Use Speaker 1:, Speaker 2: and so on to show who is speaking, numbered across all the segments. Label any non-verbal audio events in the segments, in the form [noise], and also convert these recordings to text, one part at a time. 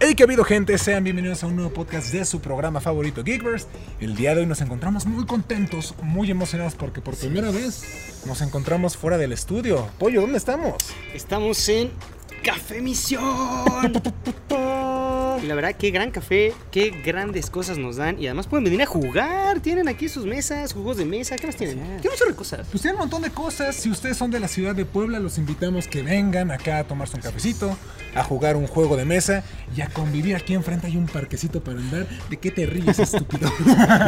Speaker 1: Hey, que ha habido gente, sean bienvenidos a un nuevo podcast de su programa favorito Geekverse. El día de hoy nos encontramos muy contentos, muy emocionados porque por primera vez nos encontramos fuera del estudio. Pollo, ¿dónde estamos?
Speaker 2: Estamos en Café Misión. Y la verdad, qué gran café, qué grandes cosas nos dan. Y además pueden venir a jugar. Tienen aquí sus mesas, juegos de mesa. ¿Qué más tienen? Tienen un chorro de cosas.
Speaker 1: Pues tienen un montón de cosas. Si ustedes son de la ciudad de Puebla, los invitamos que vengan acá a tomarse un cafecito, a jugar un juego de mesa y a convivir. Aquí enfrente hay un parquecito para andar. ¿De qué te ríes, [laughs]
Speaker 3: [laughs]
Speaker 1: estúpido?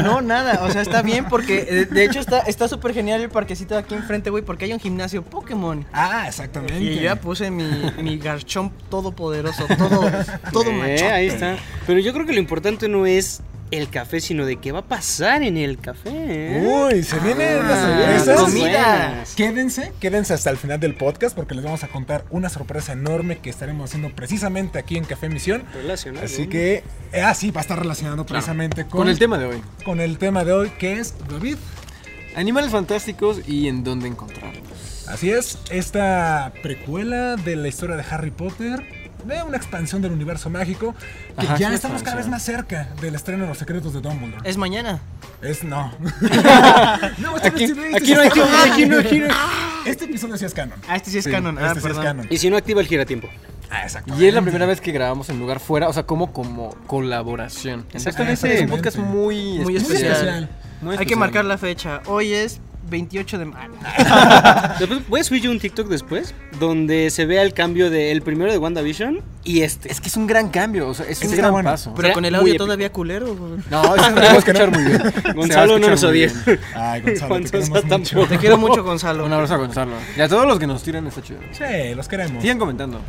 Speaker 3: No, nada, o sea, está bien porque eh, de hecho está está súper genial el parquecito de aquí enfrente, güey, porque hay un gimnasio Pokémon.
Speaker 1: ah, exactamente.
Speaker 3: Y yo ya puse mi, mi garchón todopoderoso, todo, todo
Speaker 2: Eh,
Speaker 3: machote.
Speaker 2: Ahí está. Pero yo creo que lo importante no es el café, sino de qué va a pasar en el café. ¿eh?
Speaker 1: Uy, se vienen las
Speaker 3: Ah,
Speaker 1: sorpresas.
Speaker 3: comida.
Speaker 1: Quédense, quédense hasta el final del podcast porque les vamos a contar una sorpresa enorme que estaremos haciendo precisamente aquí en Café Misión.
Speaker 2: Relacionado.
Speaker 1: Así que, eh, ah, sí, va a estar relacionado precisamente con,
Speaker 4: Con el tema de hoy,
Speaker 1: con el tema de hoy que es David.
Speaker 4: animales fantásticos y en dónde encontrarlos.
Speaker 1: Así es, esta precuela de la historia de Harry Potter, de una expansión del universo mágico, que
Speaker 4: Ajá, es
Speaker 1: ya
Speaker 4: una
Speaker 1: estamos cada vez
Speaker 4: expansión.
Speaker 1: más cerca del estreno de Los Secretos de Dumbledore.
Speaker 3: Es mañana.
Speaker 1: Es, no. [laughs] no, este-
Speaker 4: Aquí-
Speaker 1: este-
Speaker 4: aquí no hay-
Speaker 1: este-
Speaker 4: aquí no hay- aquí no hay-
Speaker 1: Este episodio sí es canon.
Speaker 3: Ah, este sí es
Speaker 4: Sí,
Speaker 3: canon. Ah,
Speaker 1: este sí es
Speaker 3: perdón.
Speaker 1: canon.
Speaker 2: Y si no activa el
Speaker 4: [laughs]
Speaker 2: giratiempo.
Speaker 1: Ah, exactamente.
Speaker 4: Y es la primera vez que grabamos en lugar fuera, o sea, como como colaboración. Entonces, este
Speaker 1: Exactamente.
Speaker 4: es un podcast muy,
Speaker 3: Muy
Speaker 1: especial.
Speaker 4: especial.
Speaker 3: Hay
Speaker 4: Muy
Speaker 3: que
Speaker 4: especial.
Speaker 3: marcar la fecha. Hoy es 28 de mayo.
Speaker 2: Después voy a subir yo un TikTok después donde se vea el cambio del primero de WandaVision y este.
Speaker 4: Es que es un gran cambio, o sea, es
Speaker 1: Eso
Speaker 4: un
Speaker 1: está
Speaker 4: gran
Speaker 1: bueno.
Speaker 4: paso.
Speaker 3: Pero
Speaker 2: Será
Speaker 3: con el
Speaker 2: muy
Speaker 3: audio
Speaker 2: épico.
Speaker 3: todavía culero, güey.
Speaker 4: No, eso lo va a escuchar muy bien. Se va a
Speaker 2: Gonzalo no
Speaker 4: escuchar
Speaker 2: nos
Speaker 4: muy
Speaker 2: odia.
Speaker 4: bien. [laughs]
Speaker 1: Ay, Gonzalo, te
Speaker 2: Gonzalo
Speaker 1: queremos
Speaker 2: tampoco.
Speaker 1: mucho.
Speaker 3: Te quiero mucho, Gonzalo.
Speaker 4: Un abrazo a Gonzalo. Y a todos los que nos tiran está chido.
Speaker 1: Sí, los queremos.
Speaker 4: Sigan comentando.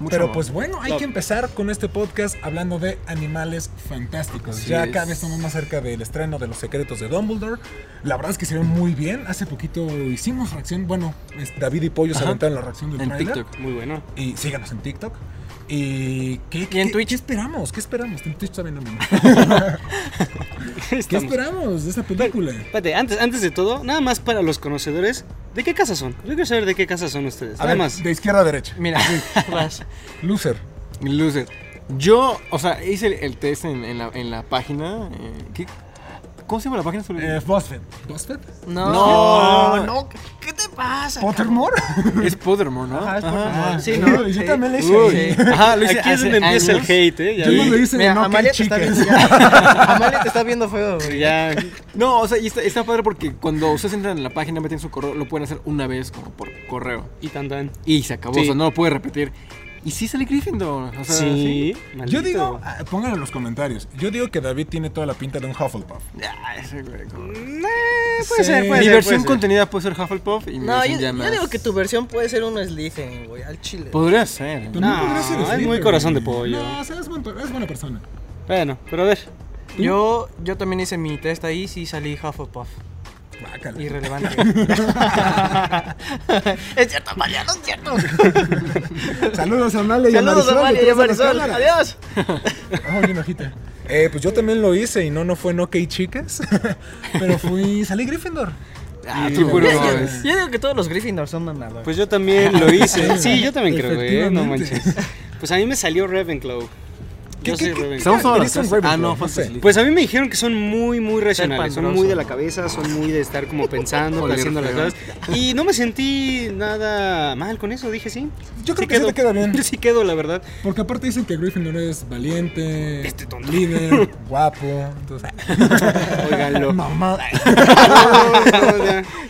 Speaker 4: Mucho
Speaker 1: Pero
Speaker 4: amor.
Speaker 1: pues bueno, hay
Speaker 2: No.
Speaker 1: que empezar con este podcast hablando de animales fantásticos.
Speaker 4: Así
Speaker 1: ya
Speaker 4: es.
Speaker 1: cada vez estamos más cerca del estreno de Los Secretos de Dumbledore. La verdad es que se ven muy bien. Hace poquito hicimos reacción. Bueno, es- David y Pollo se
Speaker 4: Ajá.
Speaker 1: aventaron la reacción del
Speaker 4: en
Speaker 1: tráiler.
Speaker 4: TikTok.
Speaker 2: Muy [laughs] bueno.
Speaker 1: Y síganos en TikTok. ¿Y qué,
Speaker 4: Y en
Speaker 1: qué-
Speaker 4: Twitch.
Speaker 1: qué esperamos? ¿Qué esperamos? En Twitch también no, no. ¿Qué
Speaker 2: Estamos- Pues,
Speaker 1: esperamos de esta película?
Speaker 2: Espérate, antes, antes de todo, nada más para los conocedores, ¿de qué casa son? Yo quiero saber de qué casa son ustedes.
Speaker 1: A
Speaker 2: nada
Speaker 1: ver,
Speaker 2: más.
Speaker 1: de izquierda a derecha.
Speaker 2: [laughs]
Speaker 4: Mira,
Speaker 3: Vas.
Speaker 1: Loser.
Speaker 4: Luces. Yo, o sea, hice el, el test en, en la, en la página. eh, ¿qué? ¿Cómo se llama la página?
Speaker 1: Eh, Bosfed. ¿Bosfed?
Speaker 3: No,
Speaker 4: No.
Speaker 3: no, ¿Qué te pasa?
Speaker 1: ¿Pottermore? [laughs]
Speaker 4: [clears throat] Ah, Es Pottermore, ¿no?
Speaker 3: Ajá, es
Speaker 4: Ajá.
Speaker 3: Pottermore.
Speaker 1: Sí,
Speaker 3: Sí, ¿no?
Speaker 1: Yo
Speaker 3: Sí.
Speaker 1: también le hice.
Speaker 4: Uy. Ajá, lo hice
Speaker 2: Aquí es
Speaker 4: hace
Speaker 2: donde empieza
Speaker 4: años.
Speaker 2: el hate, ¿eh? Ya,
Speaker 1: Yo
Speaker 2: vi.
Speaker 1: no lo hice
Speaker 3: Mira,
Speaker 1: no
Speaker 3: Amalia te está viendo. Amalia te está viendo feo, güey.
Speaker 2: Ya.
Speaker 4: No, o sea, y está, está padre porque cuando ustedes entran en la página, meten su correo, lo pueden hacer una vez como por correo.
Speaker 2: Y tan tan.
Speaker 4: Y se acabó,
Speaker 2: Sí.
Speaker 4: o sea, no lo puede repetir. Y sí sale Gryffindor. O sea,
Speaker 2: Sí,
Speaker 1: Yo
Speaker 2: maldito.
Speaker 1: digo, ah, pónganlo en los comentarios. Yo digo que David tiene toda la pinta de un Hufflepuff.
Speaker 4: Ah, ese güey, como-
Speaker 2: Nah, Eh, puede
Speaker 1: Sí.
Speaker 2: ser, puede
Speaker 4: Mi
Speaker 2: ser,
Speaker 4: versión
Speaker 2: puede ser.
Speaker 4: contenida puede ser Hufflepuff y mi
Speaker 3: No,
Speaker 4: versión
Speaker 3: yo,
Speaker 4: ya
Speaker 3: yo
Speaker 4: más-
Speaker 3: digo que tu versión puede ser un Slytherin, güey, al chile.
Speaker 4: Podría ser. ¿eh?
Speaker 1: Pero
Speaker 4: ¿no?
Speaker 2: No,
Speaker 1: podría
Speaker 2: es
Speaker 1: Slytherin,
Speaker 2: muy corazón de
Speaker 1: güey.
Speaker 2: pollo.
Speaker 1: No, o sea, es, buen- es buena persona.
Speaker 2: Bueno, pero a ver.
Speaker 3: Yo, yo también hice mi test ahí, sí salí Hufflepuff.
Speaker 1: Guácala.
Speaker 3: Irrelevante. [laughs] es cierto, Amalia, no es cierto.
Speaker 1: [laughs] Saludos a Amalia y a
Speaker 3: Saludos,
Speaker 1: Marisol.
Speaker 3: Amalia y a
Speaker 1: detrás de las
Speaker 3: Marisol.
Speaker 1: cámaras.
Speaker 3: Adiós.
Speaker 1: Ah, oye, nojita. Eh, pues yo también lo hice y no, no fue no que chicas, [laughs] pero fui, salí Gryffindor.
Speaker 4: Ah,
Speaker 1: Y-
Speaker 4: tú
Speaker 3: Yo,
Speaker 4: puro
Speaker 1: Bueno,
Speaker 3: yo-
Speaker 4: babes.
Speaker 3: yo digo que todos los Gryffindor son mamadas.
Speaker 2: Pues yo también lo hice. Sí, yo también creo, güey. ¿eh? No
Speaker 1: Efectivamente.
Speaker 2: manches. Pues a mí me salió Ravenclaw. Yo soy Ravenclaw.
Speaker 4: Estamos hablando de
Speaker 1: Eres un
Speaker 4: las clases. Ah,
Speaker 1: Ravenclaw,
Speaker 4: no,
Speaker 1: no sé.
Speaker 4: Fantasy.
Speaker 2: Pues a mí me dijeron que son muy, muy racionales. Son
Speaker 3: pandroso.
Speaker 2: muy de la cabeza, son muy de estar como pensando,
Speaker 4: Oler
Speaker 2: haciendo las
Speaker 4: feo.
Speaker 2: cosas. Y no me sentí nada mal con eso, dije sí.
Speaker 1: Yo creo
Speaker 2: Sí
Speaker 1: que sí te queda bien.
Speaker 2: Yo sí quedo, la verdad.
Speaker 1: Porque aparte dicen que Gryffindor es valiente,
Speaker 2: Este tonto.
Speaker 1: líder, guapo. Entonces,
Speaker 2: Óiganlo.
Speaker 1: mamá.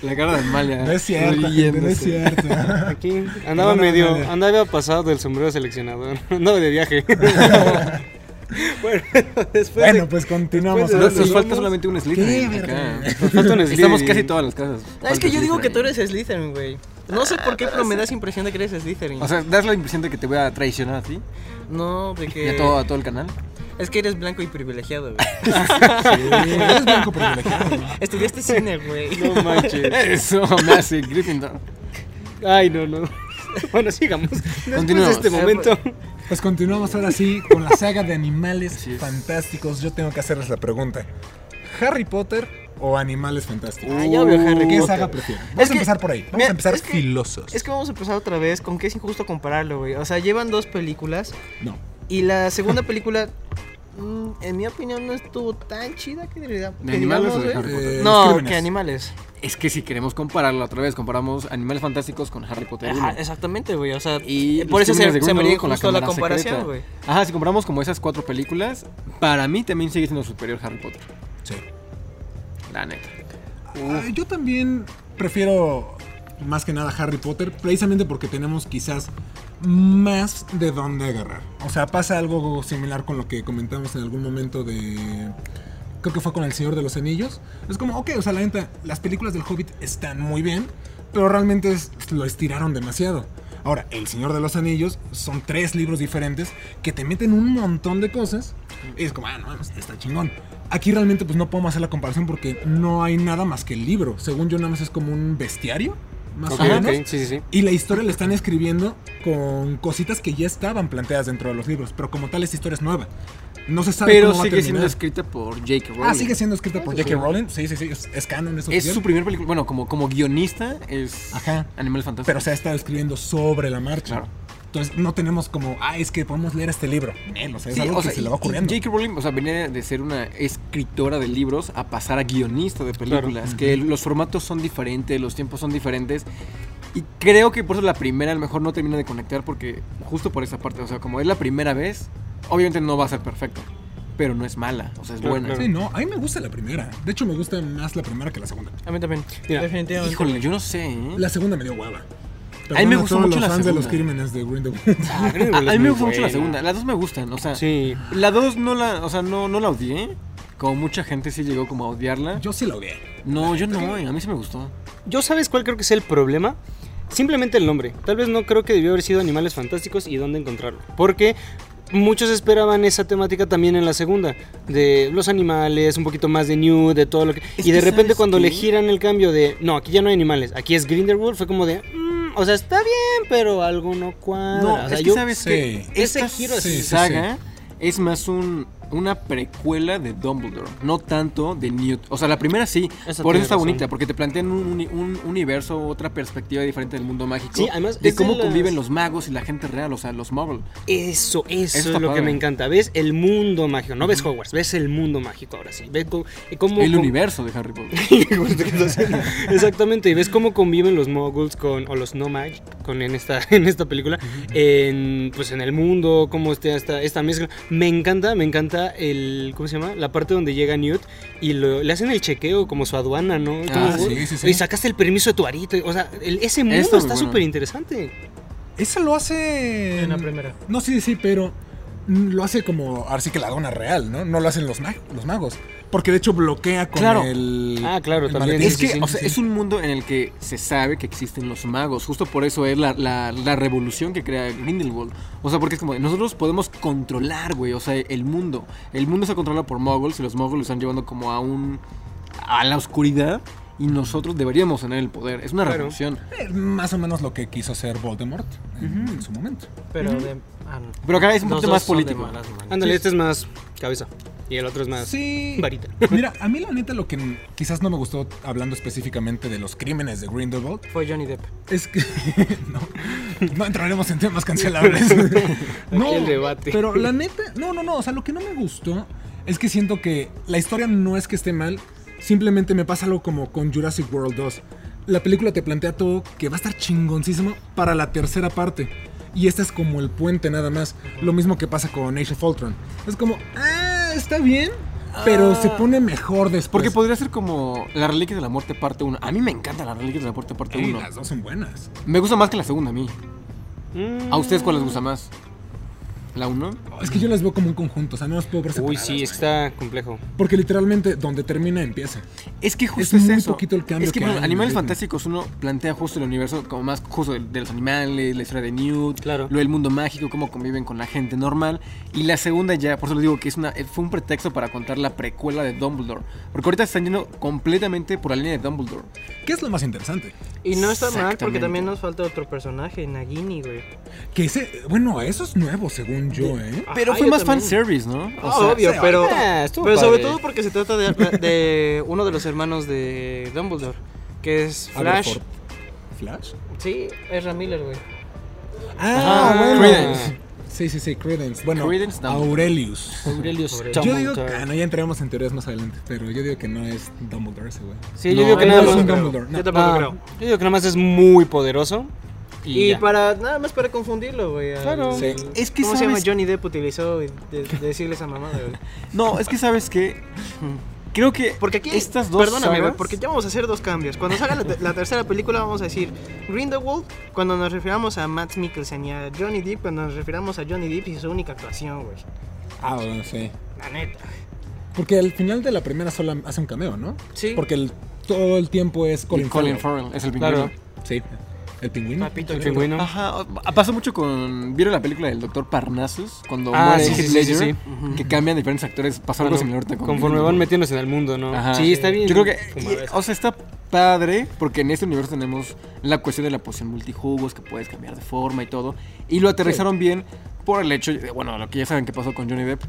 Speaker 4: La cara de Amalia.
Speaker 1: No es cierto, gente, no es
Speaker 4: riéndose.
Speaker 1: cierto.
Speaker 2: Aquí andaba
Speaker 1: No, no,
Speaker 2: medio,
Speaker 1: no, no.
Speaker 2: andaba pasado del sombrero seleccionador, [laughs] andaba de viaje. [laughs] bueno, después
Speaker 1: Bueno,
Speaker 2: de-
Speaker 1: pues continuamos.
Speaker 2: después de-
Speaker 1: Ahora
Speaker 4: Nos,
Speaker 1: sí.
Speaker 4: nos falta solamente un Slytherin
Speaker 1: Qué
Speaker 4: acá.
Speaker 2: nos falta un
Speaker 4: Estamos
Speaker 2: Slytherin.
Speaker 4: casi todas las casas.
Speaker 3: No, Ah, es que
Speaker 4: Falta
Speaker 3: yo digo que
Speaker 4: Slytherin.
Speaker 3: tú eres Slytherin, güey. No sé por qué, pero me das impresión de que eres Slytherin.
Speaker 4: O sea, das la impresión de que te voy a traicionar a ti
Speaker 3: no, de
Speaker 4: y
Speaker 3: que.
Speaker 4: a todo, a todo el canal.
Speaker 3: Es que eres blanco y privilegiado, [laughs] güey.
Speaker 1: Sí, eres blanco privilegiado, güey.
Speaker 3: Estudiaste cine, güey.
Speaker 2: No manches.
Speaker 4: [laughs] Eso me hace Gryffindor.
Speaker 2: Ay, no, no. Bueno, sigamos. Después
Speaker 4: Continuemos.
Speaker 2: de este momento.
Speaker 1: Pues continuamos ahora sí con la saga de animales
Speaker 4: Así es.
Speaker 1: fantásticos. Yo tengo que hacerles la pregunta: ¿Harry Potter o animales fantásticos?
Speaker 3: Ah, ya veo Harry
Speaker 1: ¿Qué
Speaker 3: Potter.
Speaker 1: saga prefieren? Vamos a
Speaker 3: que-
Speaker 1: empezar por ahí. Vamos
Speaker 3: mira,
Speaker 1: a empezar
Speaker 3: es que-
Speaker 1: filosos.
Speaker 3: Es que vamos a empezar otra vez con que es injusto compararlo, güey. O sea, llevan dos películas
Speaker 1: No.
Speaker 3: Y la segunda película, mm, en mi opinión, no estuvo tan chida que realidad.
Speaker 4: ¿De animales o de Harry Potter?
Speaker 1: Eh,
Speaker 3: No,
Speaker 1: Crímenes.
Speaker 3: que animales.
Speaker 4: Es que si queremos compararlo otra vez, comparamos Animales Fantásticos con Harry Potter
Speaker 3: Ajá,
Speaker 4: 1.
Speaker 3: exactamente, güey. O sea,
Speaker 4: Y
Speaker 3: por
Speaker 4: los
Speaker 3: eso se,
Speaker 4: Crímenes de
Speaker 3: se me
Speaker 4: Grindelwald
Speaker 3: dio justo la
Speaker 4: Cámara
Speaker 3: comparación,
Speaker 4: Secreta.
Speaker 3: güey.
Speaker 4: Ajá, si compramos como esas cuatro películas, para mí también sigue siendo superior Harry Potter.
Speaker 1: Sí.
Speaker 4: La neta.
Speaker 1: Ah, yo también prefiero más que nada Harry Potter, precisamente porque tenemos quizás más de dónde agarrar. O sea, pasa algo similar con lo que comentamos en algún momento de... Creo que fue con El Señor de los Anillos. Es como, ok, o sea, la neta, las películas del Hobbit están muy bien, pero realmente es- lo estiraron demasiado. Ahora, El Señor de los Anillos son tres libros diferentes que te meten un montón de cosas. Y es como, ah, no, mames, está chingón. Aquí realmente pues no podemos hacer la comparación porque no hay nada más que el libro. Según yo, nada más es como un bestiario, más
Speaker 4: Ok,
Speaker 1: o menos.
Speaker 4: ok, sí, sí, sí.
Speaker 1: Y la historia la están escribiendo con cositas que ya estaban planteadas dentro de los libros, pero como tal esta historia es nueva. No se sabe
Speaker 4: Pero
Speaker 1: cómo va a
Speaker 4: sigue siendo
Speaker 1: terminar.
Speaker 4: escrita por Jake Rowling.
Speaker 1: Ah, sigue siendo escrita por
Speaker 4: Sí,
Speaker 1: J.K.
Speaker 4: sí.
Speaker 1: Rowling. Sí, sí, sí, es, es canon, es
Speaker 4: Es
Speaker 1: oficial.
Speaker 4: su primer película. Bueno, como, como guionista es
Speaker 1: Ajá.
Speaker 4: Animales Fantásticos.
Speaker 1: Pero se ha estado escribiendo sobre la marcha.
Speaker 4: Claro.
Speaker 1: Entonces no tenemos como, ah, es que podemos leer este libro. Nel, o sea, es
Speaker 4: Sí,
Speaker 1: algo
Speaker 4: o
Speaker 1: que
Speaker 4: sea,
Speaker 1: se
Speaker 4: y-
Speaker 1: le va
Speaker 4: y
Speaker 1: ocurriendo.
Speaker 4: J.K. Rowling, o sea, venía de ser una escritora de libros a pasar a guionista de películas, que los formatos son diferentes, los tiempos son diferentes. Y creo que por eso la primera a lo mejor no termina de conectar porque justo por esa parte, o sea, como es la primera vez, obviamente no va a ser perfecta, pero no es mala, o sea, es
Speaker 2: Claro,
Speaker 4: buena.
Speaker 1: Sí, no, a mí me gusta la primera. De hecho, me gusta más la primera que la segunda.
Speaker 3: A mí también.
Speaker 2: Mira,
Speaker 3: Definitivamente.
Speaker 4: Híjole, yo no sé. ¿eh?
Speaker 1: La segunda me dio hueva.
Speaker 4: A mí me
Speaker 1: Perdón
Speaker 4: gustó
Speaker 1: todos
Speaker 4: mucho
Speaker 1: los
Speaker 4: la
Speaker 1: fans de los
Speaker 4: segunda.
Speaker 1: crímenes de Grindelwald.
Speaker 2: Ah,
Speaker 4: A,
Speaker 2: Grindelwald
Speaker 4: a
Speaker 2: es
Speaker 4: mí
Speaker 2: muy
Speaker 4: me gustó mucho la
Speaker 2: buena.
Speaker 4: segunda, las dos me gustan, o sea,
Speaker 2: Sí.
Speaker 4: la dos no la, o sea, no, no la odié. Como mucha gente sí llegó como a odiarla.
Speaker 1: [laughs] Yo sí la odié.
Speaker 4: no, yo no, eh, a mí sí me gustó.
Speaker 2: ¿Yo sabes cuál creo que es el problema? Simplemente el nombre. Tal vez no creo que debió haber sido Animales Fantásticos y dónde encontrarlo. Porque muchos esperaban esa temática también en la segunda. De los animales, un poquito más de New, de todo lo que...
Speaker 4: Es
Speaker 2: y de
Speaker 4: que,
Speaker 2: repente
Speaker 4: ¿sabes
Speaker 2: cuando le
Speaker 4: qué?
Speaker 2: giran el cambio de... No, aquí ya no hay animales. Aquí es Grindelwald. Fue como de... "Mm, o sea, está bien, pero algo no cuadra.
Speaker 4: No,
Speaker 2: O sea,
Speaker 4: es que
Speaker 2: yo-
Speaker 4: sabes
Speaker 1: sí.
Speaker 4: que
Speaker 2: Ese
Speaker 4: esta
Speaker 2: giro es-
Speaker 1: Sí, sí,
Speaker 4: saga es más un una precuela de Dumbledore, no tanto de Newt. O sea, la primera sí,
Speaker 2: Eso
Speaker 4: por
Speaker 2: tiene
Speaker 4: eso está
Speaker 2: razón.
Speaker 4: bonita, porque te plantean un, uni- un universo, otra perspectiva diferente del mundo mágico,
Speaker 2: Sí, además,
Speaker 4: de
Speaker 2: es de
Speaker 4: cómo
Speaker 2: las-
Speaker 4: conviven los magos y la gente real, o sea, los muggles.
Speaker 2: Eso, eso,
Speaker 4: está
Speaker 2: es lo
Speaker 4: padre.
Speaker 2: que me encanta. ¿Ves el mundo mágico? No ves Hogwarts, ves el mundo mágico ahora sí. Ves cómo, cómo-
Speaker 4: El
Speaker 2: cómo-
Speaker 4: universo de Harry Potter.
Speaker 2: Justo que estás haciendo. Exactamente, y ves cómo conviven los moguls con, o los nomads con, en, esta, [laughs] en esta película, en, pues en el mundo, cómo está esta, esta mezcla. Me encanta, me encanta el, ¿cómo se llama? La parte donde llega Newt y lo- le hacen el chequeo como su aduana, ¿no? Y
Speaker 4: Ah,
Speaker 2: como,
Speaker 1: sí, sí, sí.
Speaker 2: Y sacaste el permiso de tu arito, o sea, el- ese mundo
Speaker 4: Está muy
Speaker 2: está
Speaker 4: bueno.
Speaker 2: súper interesante.
Speaker 1: Esa lo hace.
Speaker 3: En la primera.
Speaker 1: No, sí, sí, pero mm, lo hace como. Ahora sí que la dona real, ¿no? No lo hacen los, mag- los magos. Porque de hecho bloquea con
Speaker 4: Claro.
Speaker 1: el.
Speaker 2: Ah, claro,
Speaker 1: el
Speaker 2: también.
Speaker 1: maletín.
Speaker 4: Es
Speaker 2: Sí,
Speaker 4: que,
Speaker 2: sí,
Speaker 4: o sea, es un mundo en el que se sabe que existen los magos. Justo por eso es la, la- la revolución que crea Grindelwald. O sea, porque es como, nosotros podemos controlar, güey, o sea, el mundo. El mundo se controla por muggles y los muggles lo están llevando como a un... a la oscuridad. Y nosotros deberíamos tener el poder. Es una
Speaker 2: Claro.
Speaker 4: revolución.
Speaker 2: Pues,
Speaker 1: Eh, Más o menos lo que quiso hacer Voldemort en, en su momento.
Speaker 3: Pero de. ah, no.
Speaker 4: Pero acá es un
Speaker 3: Los
Speaker 4: poquito
Speaker 3: dos
Speaker 4: más
Speaker 3: son de
Speaker 4: político.
Speaker 3: malas maneras.
Speaker 2: Ándale, este es más cabeza y el otro es más
Speaker 1: Sí.
Speaker 2: varita.
Speaker 1: Mira, a mí la neta lo que n- quizás no me gustó hablando específicamente de los crímenes de Grindelwald
Speaker 3: Fue Johnny Depp.
Speaker 1: es que [laughs] no, no entraremos en temas
Speaker 2: [laughs]
Speaker 1: cancelables. [laughs] no,
Speaker 2: el debate.
Speaker 1: Pero la neta, no, no, no, o sea, lo que no me gustó es que siento que la historia no es que esté mal, simplemente me pasa algo como con Jurassic World 2. La película te plantea todo que va a estar chingoncísimo para la tercera parte. Y esta es como el puente nada más. Lo mismo que pasa con Age of Ultron. Es como, ah, está bien, pero
Speaker 2: Ah.
Speaker 1: se pone mejor después.
Speaker 4: Porque
Speaker 2: pues.
Speaker 4: podría ser como La Reliquia de la Muerte parte 1. A mí me encanta La Reliquia de la Muerte parte
Speaker 1: Ey,
Speaker 4: 1.
Speaker 1: las dos son buenas.
Speaker 4: Me gusta más que la segunda a mí.
Speaker 2: Mm.
Speaker 4: ¿A ustedes cuál les gusta más? ¿La 1?
Speaker 1: Es que yo las veo como un conjunto, o sea, no las puedo ver
Speaker 2: Uy,
Speaker 1: separadas,
Speaker 2: sí,
Speaker 1: güey.
Speaker 2: está complejo.
Speaker 1: Porque literalmente donde termina empieza.
Speaker 4: Es que justo es,
Speaker 1: muy
Speaker 4: eso.
Speaker 1: poquito el cambio
Speaker 4: Es que,
Speaker 1: que
Speaker 4: por
Speaker 1: hay
Speaker 4: ejemplo,
Speaker 1: en el
Speaker 4: Animales
Speaker 1: ritmo.
Speaker 4: Fantásticos uno plantea justo el universo como más justo de, de los animales, la historia de Newt,
Speaker 2: Claro.
Speaker 4: lo del mundo mágico, cómo conviven con la gente normal. Y la segunda ya, por eso les digo que es una, eh, fue un pretexto para contar la precuela de Dumbledore. Porque ahorita están yendo completamente por la línea de Dumbledore.
Speaker 1: ¿Qué es lo más interesante?
Speaker 3: Y no está mal porque
Speaker 4: Exactamente.
Speaker 3: también nos falta otro personaje, Nagini, güey.
Speaker 1: Que ese, bueno, eso es nuevo según yo, ¿eh?
Speaker 4: Pero
Speaker 3: Ajá,
Speaker 4: fue
Speaker 3: Ah, yo
Speaker 4: más
Speaker 3: también.
Speaker 4: fanservice, ¿no? O
Speaker 3: Ah, obvio,
Speaker 1: sí,
Speaker 3: pero,
Speaker 2: ah, estuvo
Speaker 3: pero sobre
Speaker 2: padre.
Speaker 3: todo porque se trata de, de uno de los hermanos de Dumbledore, que es Flash.
Speaker 1: Aberforth. ¿Flash?
Speaker 3: Sí, es Ramiller, güey.
Speaker 1: Ah,
Speaker 4: Ajá.
Speaker 1: bueno.
Speaker 4: Credence.
Speaker 1: Sí, sí, sí, Credence. Bueno,
Speaker 4: Credence Dumbledore.
Speaker 1: Aurelius.
Speaker 4: Aurelius
Speaker 1: Yo
Speaker 4: Dumbledore.
Speaker 1: digo, ah, no, ya entraremos en teorías más adelante, pero yo digo que no es Dumbledore ese güey.
Speaker 2: Sí, yo
Speaker 4: No,
Speaker 2: digo que
Speaker 4: no
Speaker 2: nada
Speaker 4: es
Speaker 2: más.
Speaker 1: un Dumbledore, no.
Speaker 2: Yo tampoco
Speaker 4: Ah.
Speaker 2: creo. Yo digo que nada más es muy poderoso. Y,
Speaker 3: Y,
Speaker 2: ya.
Speaker 3: para nada más para confundirlo, güey. al-
Speaker 2: Claro.
Speaker 1: Sí.
Speaker 4: Es que
Speaker 3: ¿Cómo se llama
Speaker 4: sabes-
Speaker 3: Johnny Depp utilizó de, de decirle esa mamada, güey?
Speaker 4: No, es que sabes que creo que
Speaker 3: Porque aquí
Speaker 4: estas dos
Speaker 3: Perdóname, güey,
Speaker 4: sagas-
Speaker 3: porque ya vamos a hacer dos cambios. Cuando salga la, te- la tercera película vamos a decir Grindelwald cuando nos refiramos a Matt Mikkelsen y a Johnny Depp cuando nos refiramos a Johnny Depp y su única actuación, güey.
Speaker 1: Ah, bueno, sí.
Speaker 3: La neta.
Speaker 1: Porque al final de la primera sola hace un cameo, ¿no?
Speaker 3: Sí.
Speaker 1: Porque el- todo el tiempo es Colin,
Speaker 4: Colin, Colin
Speaker 1: Farrell.
Speaker 4: Farrell es el
Speaker 2: Claro.
Speaker 4: pingüino.
Speaker 1: Sí. El pingüino.
Speaker 3: Papito,
Speaker 2: el pingüino.
Speaker 4: Ajá, o- pasa mucho con. ¿Vieron la película del Doctor Parnassus? Cuando
Speaker 2: Ah,
Speaker 4: muere
Speaker 2: sí, sí,
Speaker 4: Heath
Speaker 2: sí,
Speaker 4: Ledger,
Speaker 2: sí, sí.
Speaker 4: que cambian diferentes actores, pasa algo
Speaker 2: Bueno,
Speaker 4: similar ahorita con
Speaker 2: conforme van metiéndose en el mundo, ¿no?
Speaker 4: Ajá.
Speaker 2: Sí, está bien.
Speaker 4: Yo creo que,
Speaker 2: fumado
Speaker 4: y-
Speaker 2: eso.
Speaker 4: o sea, está padre porque en este universo tenemos la cuestión de la poción multijugos que puedes cambiar de forma y todo. Y lo aterrizaron bien por el hecho, de, bueno, lo que ya saben que pasó con Johnny Depp.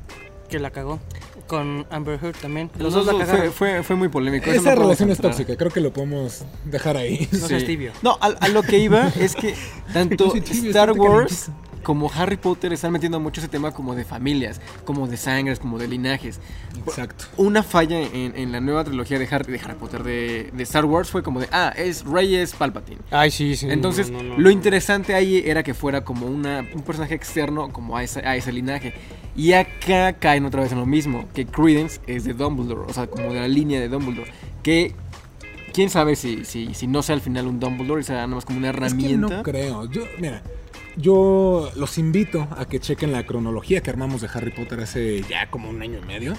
Speaker 3: Que la cagó. Con Amber Heard también.
Speaker 4: Los dos fue, fue, fue muy polémico. eso no
Speaker 1: Esa
Speaker 4: podemos
Speaker 1: relación es
Speaker 4: entrar.
Speaker 1: tóxica, creo que lo podemos dejar
Speaker 4: [laughs]
Speaker 1: ahí.
Speaker 3: No seas tibio.
Speaker 4: No, a, a lo que iba
Speaker 3: [laughs]
Speaker 4: es que
Speaker 1: No
Speaker 4: tanto
Speaker 1: soy tibio,
Speaker 4: Star
Speaker 1: estoy
Speaker 4: Wars
Speaker 1: calentito.
Speaker 4: como Harry Potter están metiendo mucho ese tema como de familias, como de sangres, como de linajes.
Speaker 1: Exacto.
Speaker 4: Una falla en, en la nueva trilogía de Harry, de Harry Potter de, de Star Wars fue como de, ah, es Rey es Palpatine.
Speaker 2: Ay, sí, sí.
Speaker 4: Entonces,
Speaker 2: no, no, no,
Speaker 4: lo
Speaker 2: no.
Speaker 4: interesante ahí era que fuera como una, un personaje externo como a, esa- a ese linaje. Y acá caen otra vez en lo mismo, que Credence es de Dumbledore, o sea, como de la línea de Dumbledore. Que quién sabe si, si, si no sea al final un Dumbledore y sea nada más como una
Speaker 1: Es que
Speaker 4: herramienta.
Speaker 1: no creo. Yo, mira, yo los invito a que chequen la cronología que armamos de Harry Potter hace ya como un año y medio.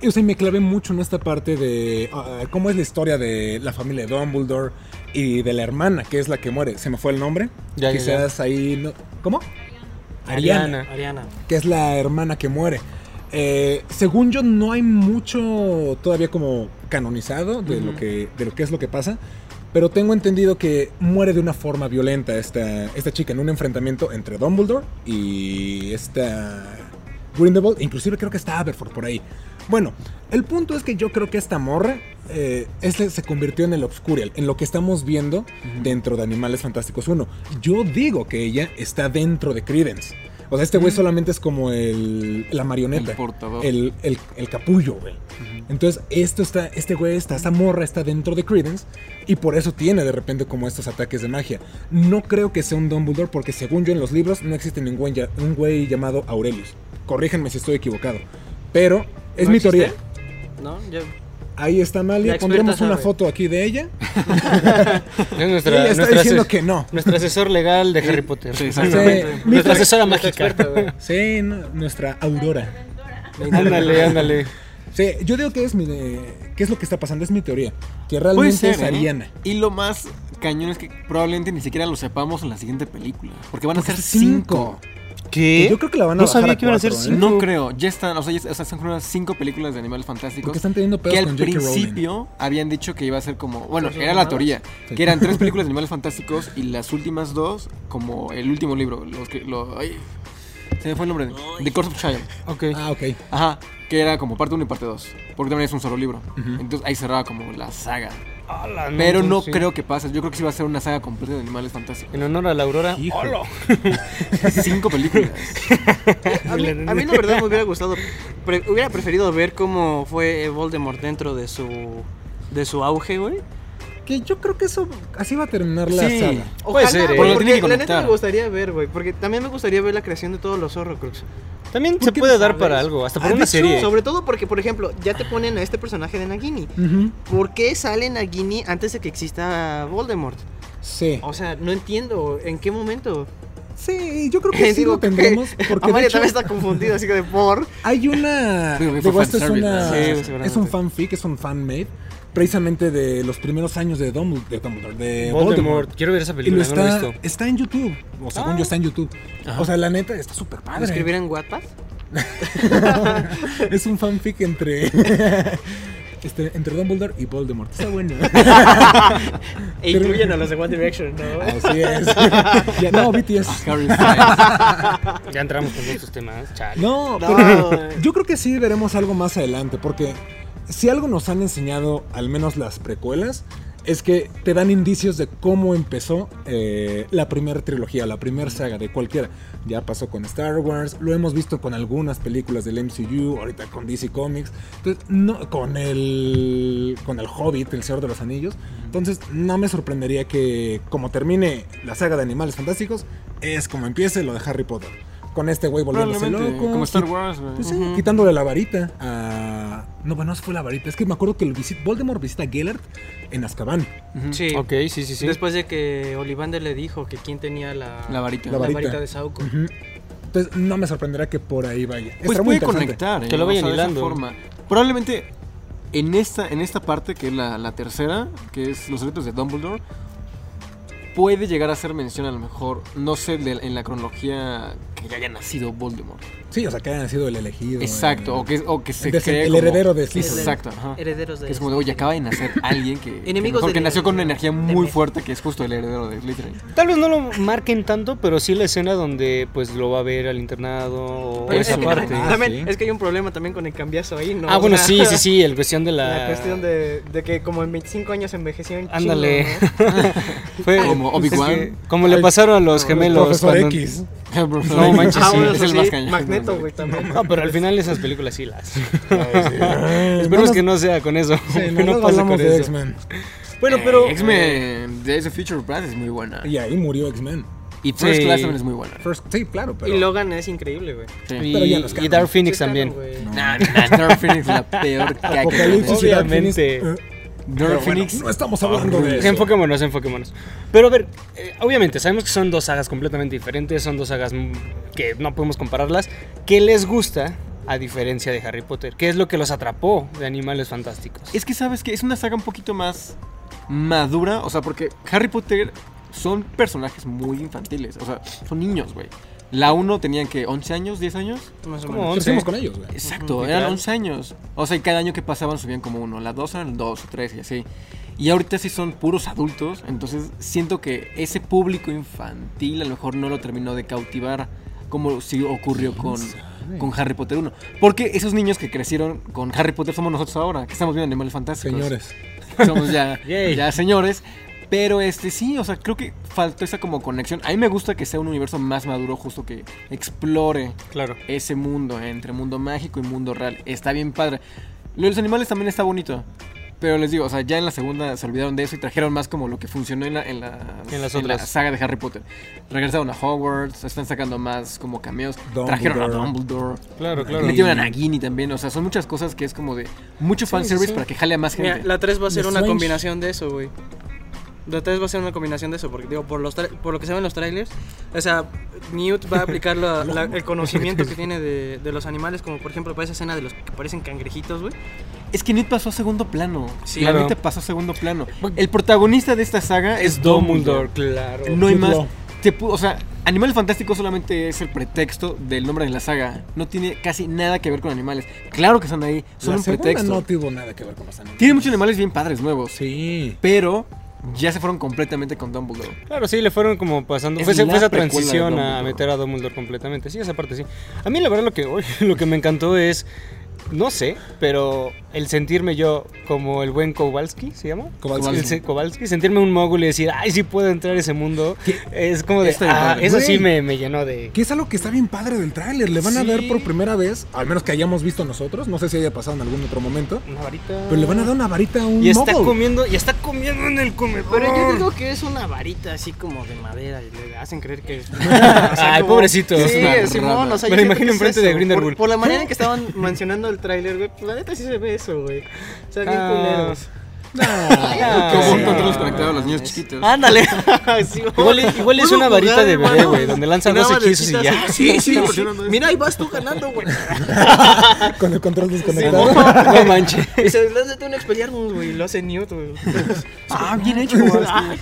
Speaker 1: Y, o sea, me clavé mucho en esta parte de ah, cómo es la historia de la familia de Dumbledore y de la hermana, que es la que muere. Se me fue el nombre.
Speaker 2: Ya, ya,
Speaker 1: Quizás ahí... No, ¿Cómo?
Speaker 2: Ariana.
Speaker 3: Ariana.
Speaker 1: que es la hermana que muere. Eh, según yo, no hay mucho todavía como canonizado de, lo que, de lo que es lo que pasa. Pero tengo entendido que muere de una forma violenta esta, esta chica en un enfrentamiento entre Dumbledore y esta Grindelwald. Inclusive creo que está Aberford por ahí. Bueno, el punto es que yo creo que esta morra eh, es la- se convirtió en el Obscurial, en lo que estamos viendo dentro de Animales Fantásticos 1. Yo digo que ella está dentro de Credence. O sea, este güey solamente es como el, la marioneta.
Speaker 4: El portador.
Speaker 1: El, el- el capullo, güey. Entonces, esto está, este güey está, esta morra está dentro de Credence y por eso tiene de repente como estos ataques de magia. No creo que sea un Dumbledore porque según yo en los libros no existe ningún ya- un güey llamado Aurelius. Corríjanme si estoy equivocado. Pero es
Speaker 3: ¿No
Speaker 1: mi
Speaker 3: existe?
Speaker 1: teoría.
Speaker 3: ¿No? Ya-
Speaker 1: Ahí está
Speaker 3: La
Speaker 1: Malia.
Speaker 3: experta
Speaker 1: Pondremos una
Speaker 3: sabe.
Speaker 1: foto aquí de ella.
Speaker 2: Es
Speaker 1: Y [laughs]
Speaker 2: nuestra,
Speaker 1: ella está
Speaker 2: nuestra
Speaker 1: diciendo
Speaker 2: ases-
Speaker 1: que
Speaker 2: [laughs]
Speaker 1: no.
Speaker 2: Nuestro asesor legal de Harry Potter.
Speaker 4: Sí,
Speaker 1: Sí,
Speaker 4: exactamente.
Speaker 1: mi
Speaker 2: Nuestra
Speaker 1: fra-
Speaker 2: asesora mágica.
Speaker 1: sí, no, nuestra Aurora.
Speaker 2: [laughs]
Speaker 1: [laughs]
Speaker 2: Ándale, ándale.
Speaker 1: Sí, yo digo que es mi. eh, ¿Qué es lo que está pasando? Es mi teoría. Que realmente es
Speaker 4: ¿eh?
Speaker 1: Ariana.
Speaker 4: Y lo más cañón es que probablemente ni siquiera lo sepamos en la siguiente película. Porque van a
Speaker 1: Porque
Speaker 4: ser
Speaker 1: cinco.
Speaker 4: cinco.
Speaker 2: ¿Qué?
Speaker 1: Yo creo que la van a
Speaker 2: No
Speaker 1: bajar
Speaker 2: sabía
Speaker 1: a
Speaker 2: que iban a ser
Speaker 1: cuatro, ¿eh?
Speaker 2: cinco.
Speaker 4: No creo, ya están, o sea, ya, o sea, son unas cinco películas de animales fantásticos.
Speaker 1: Porque están teniendo pedos
Speaker 4: que al
Speaker 1: con J.K. Rowling.
Speaker 4: principio habían dicho que iba a ser como, bueno,
Speaker 3: ¿Cosas
Speaker 4: era la
Speaker 3: animadas?
Speaker 4: teoría,
Speaker 1: Sí.
Speaker 4: que eran tres películas de animales fantásticos y las últimas dos como el último libro, los que lo- ay, se me fue el nombre, The Course of Child.
Speaker 2: Ok.
Speaker 1: Ah, ok.
Speaker 4: Ajá, que era como parte 1 y parte 2, porque también es un solo libro. Entonces ahí cerraba como la saga.
Speaker 2: Ala,
Speaker 4: Pero no
Speaker 2: Ah, sí.
Speaker 4: creo que pase, yo creo que sí va a ser una saga completa de animales fantásticos. [laughs]
Speaker 2: En honor a la Aurora.
Speaker 1: Hijo.
Speaker 2: ¡Holo!
Speaker 4: Cinco películas.
Speaker 3: A mí, a mí la verdad me hubiera gustado, pre- hubiera preferido ver cómo fue Voldemort dentro de su de su auge, güey.
Speaker 1: Que yo creo que eso. Así va a terminar la
Speaker 4: Sí.
Speaker 1: saga.
Speaker 2: Puede ser,
Speaker 3: güey,
Speaker 2: ¿eh? Pero
Speaker 4: lo tiene que
Speaker 3: porque la neta
Speaker 4: conectar.
Speaker 3: me gustaría ver, güey, porque también me gustaría ver la creación de todos los Horrocrux.
Speaker 2: También se
Speaker 3: qué
Speaker 2: puede
Speaker 3: no
Speaker 2: dar
Speaker 3: sabes?
Speaker 2: para algo, hasta por
Speaker 1: Ah, de
Speaker 2: una
Speaker 1: hecho,
Speaker 2: serie.
Speaker 3: Sobre todo porque, por ejemplo, ya te ponen a este personaje de Nagini.
Speaker 1: Ujú.
Speaker 3: ¿Por qué sale Nagini antes de que exista Voldemort?
Speaker 1: Sí.
Speaker 2: Oh.
Speaker 3: O sea, no entiendo en qué momento.
Speaker 1: Sí, yo creo
Speaker 2: [laughs]
Speaker 1: que Pues sí
Speaker 3: Digo,
Speaker 1: lo tendremos. Porque de
Speaker 3: Amalia
Speaker 1: hecho,
Speaker 3: también está confundida, así que de por.
Speaker 1: hay una.
Speaker 4: Digo, que fue
Speaker 1: digo, esto es,
Speaker 4: fanservice,
Speaker 1: una
Speaker 4: ¿no?
Speaker 3: Sí,
Speaker 1: es
Speaker 3: seguramente.
Speaker 1: un fanfic, es un fanmade. Precisamente de los primeros años de Dumbledore. De, Dumbledore, de
Speaker 2: Voldemort.
Speaker 1: Voldemort.
Speaker 2: Quiero ver esa
Speaker 1: Y lo
Speaker 2: película, no la he
Speaker 1: está,
Speaker 2: visto.
Speaker 1: está en YouTube. O según
Speaker 2: Ah.
Speaker 1: yo está en YouTube.
Speaker 4: Ajá.
Speaker 1: O sea, la neta está súper
Speaker 3: ¿Lo
Speaker 1: padre.
Speaker 3: escribir en Wattpad?
Speaker 1: [laughs] Es un fanfic entre. [laughs] este, entre Dumbledore y Voldemort. Está
Speaker 2: [laughs]
Speaker 1: bueno.
Speaker 3: E incluyen a los de One Direction, [laughs] ¿no?
Speaker 1: Así es. Ya, no, BTS.
Speaker 4: Harry Styles.
Speaker 2: Ya entramos con estos temas. Chale.
Speaker 1: No,
Speaker 3: No,
Speaker 1: pero
Speaker 3: güey.
Speaker 1: yo creo que sí veremos algo más adelante, porque si algo nos han enseñado, al menos las precuelas, es que te dan indicios de cómo empezó eh, la primera trilogía, la primera saga de cualquiera. Ya pasó con Star Wars, lo hemos visto con algunas películas del MCU, ahorita con DC Comics, entonces, no, con, el, con el Hobbit, el Señor de los Anillos. Entonces no me sorprendería que como termine la saga de Animales Fantásticos, es como empiece lo de Harry Potter. Con este güey volviéndose
Speaker 4: Probablemente,
Speaker 1: loco.
Speaker 4: como Star
Speaker 1: quit-
Speaker 4: Wars, güey.
Speaker 1: pues sí,
Speaker 4: Ujú.
Speaker 1: quitándole la varita a. No, bueno, no fue la varita. Es que me acuerdo que el visit... Voldemort visita a Gellert en Azkaban.
Speaker 4: Ujú.
Speaker 3: Sí.
Speaker 4: Ok, sí, sí, sí.
Speaker 3: Después de que Olivander le dijo que quién tenía la,
Speaker 4: La varita.
Speaker 3: la
Speaker 1: La varita.
Speaker 3: varita de Sauco.
Speaker 1: Ujú. Entonces, no me sorprenderá que por ahí vaya.
Speaker 4: pues
Speaker 1: Estará muy
Speaker 4: puede
Speaker 1: interesante.
Speaker 4: conectar, ¿eh?
Speaker 2: Que lo vayan
Speaker 4: de esa
Speaker 2: hilando.
Speaker 4: forma. Probablemente en esta, en esta parte, que es la, la tercera, que es los secretos de Dumbledore, puede llegar a hacer mención a lo mejor, no sé, de- en la cronología que ya haya nacido Voldemort.
Speaker 1: Sí, o sea, que hayan sido el elegido.
Speaker 4: Exacto,
Speaker 1: eh,
Speaker 4: o que, o que se
Speaker 1: el des-
Speaker 4: cree
Speaker 1: el
Speaker 4: como-
Speaker 1: heredero de Slytherin.
Speaker 4: Exacto, ajá.
Speaker 3: Herederos de
Speaker 4: Que es como de, oye, acaba de nacer alguien que, que,
Speaker 3: Enemigos
Speaker 4: mejor
Speaker 3: del-
Speaker 4: que nació con una energía
Speaker 3: de
Speaker 4: muy
Speaker 3: Mef.
Speaker 4: fuerte, que es justo el heredero
Speaker 3: [laughs]
Speaker 4: de Slytherin. [laughs]
Speaker 2: Tal vez no lo marquen tanto, pero sí la escena donde pues lo va a ver al internado o
Speaker 3: Pero
Speaker 2: esa
Speaker 3: es que-
Speaker 2: parte.
Speaker 1: Ah,
Speaker 3: [laughs] también,
Speaker 1: sí.
Speaker 3: Es que hay un problema también con el cambiazo ahí, ¿no?
Speaker 2: Ah, bueno,
Speaker 3: O sea,
Speaker 2: sí, sí, sí, el cuestión de la...
Speaker 3: [laughs] La cuestión de, de que como en 25 años envejeció en chingo,
Speaker 2: Ándale. [laughs]
Speaker 3: ¿no?
Speaker 2: Fue- pues,
Speaker 4: Como Obi-Wan.
Speaker 2: que- como le
Speaker 1: Ay,
Speaker 2: pasaron a los
Speaker 1: el
Speaker 2: gemelos.
Speaker 1: Profesor
Speaker 2: cuando-
Speaker 1: X.
Speaker 4: no manches,
Speaker 3: Ah,
Speaker 4: sí,
Speaker 3: bueno,
Speaker 4: es
Speaker 3: eso
Speaker 4: el
Speaker 3: sí,
Speaker 4: más cañón.
Speaker 3: Magneto,
Speaker 4: [laughs]
Speaker 3: güey, también.
Speaker 2: No, pero al final esas películas sí las.
Speaker 1: Esperemos
Speaker 2: [laughs] Esperemos que no sea con eso. [laughs]
Speaker 1: Sí,
Speaker 2: que
Speaker 1: no,
Speaker 2: no
Speaker 1: luego
Speaker 2: pase
Speaker 1: hablamos
Speaker 2: con
Speaker 1: de
Speaker 2: eso.
Speaker 1: X-Men.
Speaker 4: Bueno,
Speaker 2: pero-
Speaker 4: Eh, X-Men Days of Future Past es muy buena.
Speaker 1: Y ahí murió X-Men.
Speaker 4: Y First
Speaker 2: Sí.
Speaker 4: Class también es muy buena.
Speaker 1: First- Sí, claro, pero.
Speaker 3: Y Logan es increíble, güey.
Speaker 4: Sí.
Speaker 1: Pero ya los
Speaker 2: Y, y
Speaker 1: canon.
Speaker 2: Dark Phoenix
Speaker 3: Sí, claro,
Speaker 2: también.
Speaker 3: güey.
Speaker 1: No.
Speaker 4: Nah, nah, Dark Phoenix la peor caca.
Speaker 1: Apocalipsis y Dark Phoenix,
Speaker 2: Obviamente.
Speaker 1: eh, pero
Speaker 4: Dark
Speaker 1: bueno,
Speaker 4: Phoenix.
Speaker 1: no estamos hablando de
Speaker 4: horrible.
Speaker 1: eso.
Speaker 2: Enfoquémonos, enfoquémonos. Pero a ver, eh, obviamente sabemos que son dos sagas completamente diferentes, son dos sagas mm, que no podemos compararlas. ¿Qué les gusta a diferencia de Harry Potter? ¿Qué es lo que los atrapó de Animales Fantásticos?
Speaker 4: Es que sabes que es una saga un poquito más madura, o sea, porque Harry Potter son personajes muy infantiles, o sea, son niños, güey. La 1 tenían que 11 años, 10 años.
Speaker 3: Más o
Speaker 2: ¿Cómo?
Speaker 3: menos.
Speaker 1: Crecimos con ellos, güey.
Speaker 4: Exacto,
Speaker 2: Ujú,
Speaker 4: eran
Speaker 2: literal.
Speaker 4: 11 años. O sea, y cada año que pasaban subían como uno, las dos eran dos o tres y así. Y ahorita sí son puros adultos, entonces siento que ese público infantil a lo mejor no lo terminó de cautivar como si ocurrió con, con Harry Potter 1. Porque esos niños que crecieron con Harry Potter somos nosotros ahora, que estamos viendo Animales Fantásticos.
Speaker 1: Señores.
Speaker 4: [laughs] Somos ya,
Speaker 2: [laughs] Yay.
Speaker 4: ya señores. Pero este sí, o sea, creo que faltó esa como conexión. A mí me gusta que sea un universo más maduro, justo que explore
Speaker 2: Claro.
Speaker 4: ese mundo eh, entre mundo mágico y mundo real. Está bien padre. Lo de los animales también está bonito. Pero les digo, o sea, ya en la segunda se olvidaron de eso y trajeron más como lo que funcionó en la, en la,
Speaker 2: En las
Speaker 4: la
Speaker 2: otras.
Speaker 4: saga de Harry Potter. Regresaron a Hogwarts, están sacando más como cameos. Trajeron a
Speaker 1: Dumbledore.
Speaker 4: Dumbledore.
Speaker 2: Claro,
Speaker 1: claro.
Speaker 4: Metieron a Nagini también. O sea, son muchas cosas que es como de mucho fanservice
Speaker 2: sí.
Speaker 4: para que jale a más gente.
Speaker 3: Mira, la 3 va a ser
Speaker 1: The
Speaker 3: una
Speaker 1: Strange.
Speaker 3: combinación de eso, güey. La 3 va a ser una combinación de eso, porque digo, por, los tra- por lo que se ven los trailers, o sea, Newt va a
Speaker 2: [laughs]
Speaker 3: aplicar la- la- el conocimiento que tiene de, de los animales, como por ejemplo para esa escena de los que parecen cangrejitos, güey.
Speaker 4: Es que Ned pasó a segundo plano.
Speaker 3: Sí,
Speaker 4: la
Speaker 2: claro.
Speaker 4: neta pasó a segundo plano. El protagonista de esta saga es Dumbledore.
Speaker 2: claro.
Speaker 4: No hay
Speaker 1: Jude
Speaker 4: más.
Speaker 1: Law.
Speaker 4: Te pu- o sea, Animales Fantásticos solamente es el pretexto del nombre de la saga. No tiene casi nada que ver con animales. Claro que están ahí, son
Speaker 1: la
Speaker 4: un
Speaker 1: segunda
Speaker 4: pretexto.
Speaker 1: no tuvo nada que ver con los animales.
Speaker 4: Tiene muchos animales bien padres nuevos,
Speaker 1: Sí.
Speaker 4: pero ya se fueron completamente con Dumbledore.
Speaker 2: Claro, sí, le fueron como pasando.
Speaker 4: Es
Speaker 2: Fue, ese-
Speaker 4: la
Speaker 2: fue esa
Speaker 4: precuela de
Speaker 2: transición a
Speaker 4: Dumbledore.
Speaker 2: meter a Dumbledore completamente. Sí, esa parte sí. A mí la verdad lo que, uy, [laughs] lo que me encantó es, no sé, pero el sentirme yo como el buen Kowalski, ¿se llama?
Speaker 1: Kowalski.
Speaker 2: El se- Kowalski, sentirme un mogul y decir, ay, sí puedo entrar a ese mundo. Es como de,
Speaker 4: Está bien
Speaker 2: "Ah,
Speaker 4: padre".
Speaker 2: eso sí
Speaker 1: Güey.
Speaker 2: me, me llenó de...
Speaker 1: Que es algo que está bien padre del tráiler. Le van a
Speaker 4: Sí.
Speaker 1: dar por primera vez, al menos que hayamos visto nosotros, no sé si haya pasado en algún otro momento,
Speaker 2: Una varita.
Speaker 1: pero le van a dar una varita a un
Speaker 2: Y está
Speaker 1: mogul.
Speaker 2: comiendo, y está comiendo en el comedor.
Speaker 3: Pero yo digo que es una varita así como de madera y le hacen
Speaker 2: [laughs]
Speaker 3: creer que es.
Speaker 2: Ay, pobrecito.
Speaker 3: Sí,
Speaker 4: Es una
Speaker 3: Simón,
Speaker 4: rana.
Speaker 3: o sea,
Speaker 2: Me lo
Speaker 3: yo siento
Speaker 2: imagino
Speaker 3: que es
Speaker 2: enfrente
Speaker 3: eso.
Speaker 2: de Grindelwald.
Speaker 3: Por, por la manera
Speaker 2: [laughs]
Speaker 3: en que estaban mencionando el tráiler, güey, pues la neta sí se ve eso, güey. O sea, bien
Speaker 2: Ah.
Speaker 3: culeros.
Speaker 1: No,
Speaker 2: [laughs] Ah,
Speaker 4: Como
Speaker 2: sí. Ah,
Speaker 4: un control desconectado a los niños chiquitos.
Speaker 3: Ándale. [laughs]
Speaker 2: Igual y- igual es una varita de bebé, güey, donde lanzan
Speaker 3: lanzan
Speaker 2: dos hechizos y ya.
Speaker 3: Sí, sí, sí. Mira, ahí vas tú ganando, güey.
Speaker 2: [laughs]
Speaker 1: con el control desconectado.
Speaker 2: No manches.
Speaker 3: [laughs] Y se lánzate un Expelliarmus, güey, y lo hace Newt, [laughs] güey.
Speaker 4: Ah, bien hecho. güey.
Speaker 1: ah,